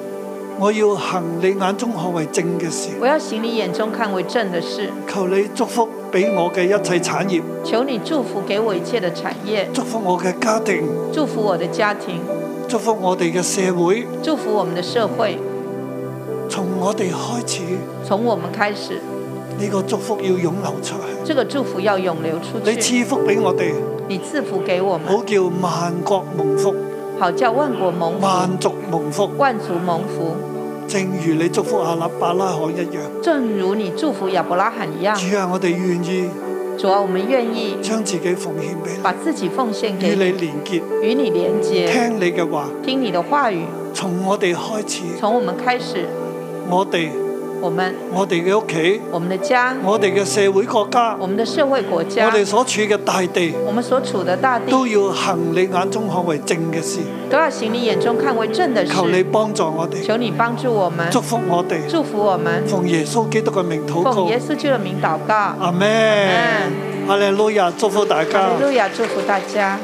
Speaker 2: 我要行你眼中看為正嘅事。
Speaker 3: 我要行你眼中看為正的事。
Speaker 2: 求你祝福俾我嘅一切產業，
Speaker 3: 求你祝福給我一切的產業，
Speaker 2: 祝福我嘅家庭，
Speaker 3: 祝福我的家庭，
Speaker 2: 祝福我哋嘅社會。
Speaker 3: 祝福我們的社會。
Speaker 2: 從我哋開始，呢、
Speaker 3: 從我們開始，
Speaker 2: 個祝福要湧流出去。
Speaker 3: 這個祝福要永流出
Speaker 2: 你
Speaker 3: 去。
Speaker 2: 賜福俾我哋，
Speaker 3: 你賜福給我們，
Speaker 2: 好叫萬國蒙福，
Speaker 3: 好叫萬國蒙福，
Speaker 2: 萬族蒙福，
Speaker 3: 萬族蒙福。
Speaker 2: 正如你祝福阿勒伯拉罕一樣。
Speaker 3: 正如你祝福亞伯拉罕一樣，
Speaker 2: 主啊，我哋願意
Speaker 3: 主啊，我們願意
Speaker 2: 將自己奉獻俾
Speaker 3: 把自己奉獻
Speaker 2: 你，與
Speaker 3: 給
Speaker 2: 你
Speaker 3: 你，
Speaker 2: 連結，
Speaker 3: 與你連接，
Speaker 2: 聽你嘅話。
Speaker 3: 聽你的話語。
Speaker 2: 從我哋開始，
Speaker 3: 從我們開始，
Speaker 2: 我哋、
Speaker 3: 我們、
Speaker 2: 我哋嘅屋企、
Speaker 3: 我們的家、
Speaker 2: 我哋嘅社會國家、
Speaker 3: 我們的社會、國家
Speaker 2: 我，哋所處嘅大地，
Speaker 3: 我們所處的大地，
Speaker 2: 都要行你眼中看為正嘅事。
Speaker 3: 都要行你眼中看為正的事。
Speaker 2: 求你幫助我哋，
Speaker 3: 求你幫助我們，
Speaker 2: 祝福我哋，
Speaker 3: 祝福我們，
Speaker 2: 奉耶穌基督嘅名禱
Speaker 3: 奉
Speaker 2: 告
Speaker 3: 耶。穌基督的名禱告。
Speaker 2: 阿咩？阿利路亞，祝福大家。
Speaker 3: 哈利路亞，祝福大家。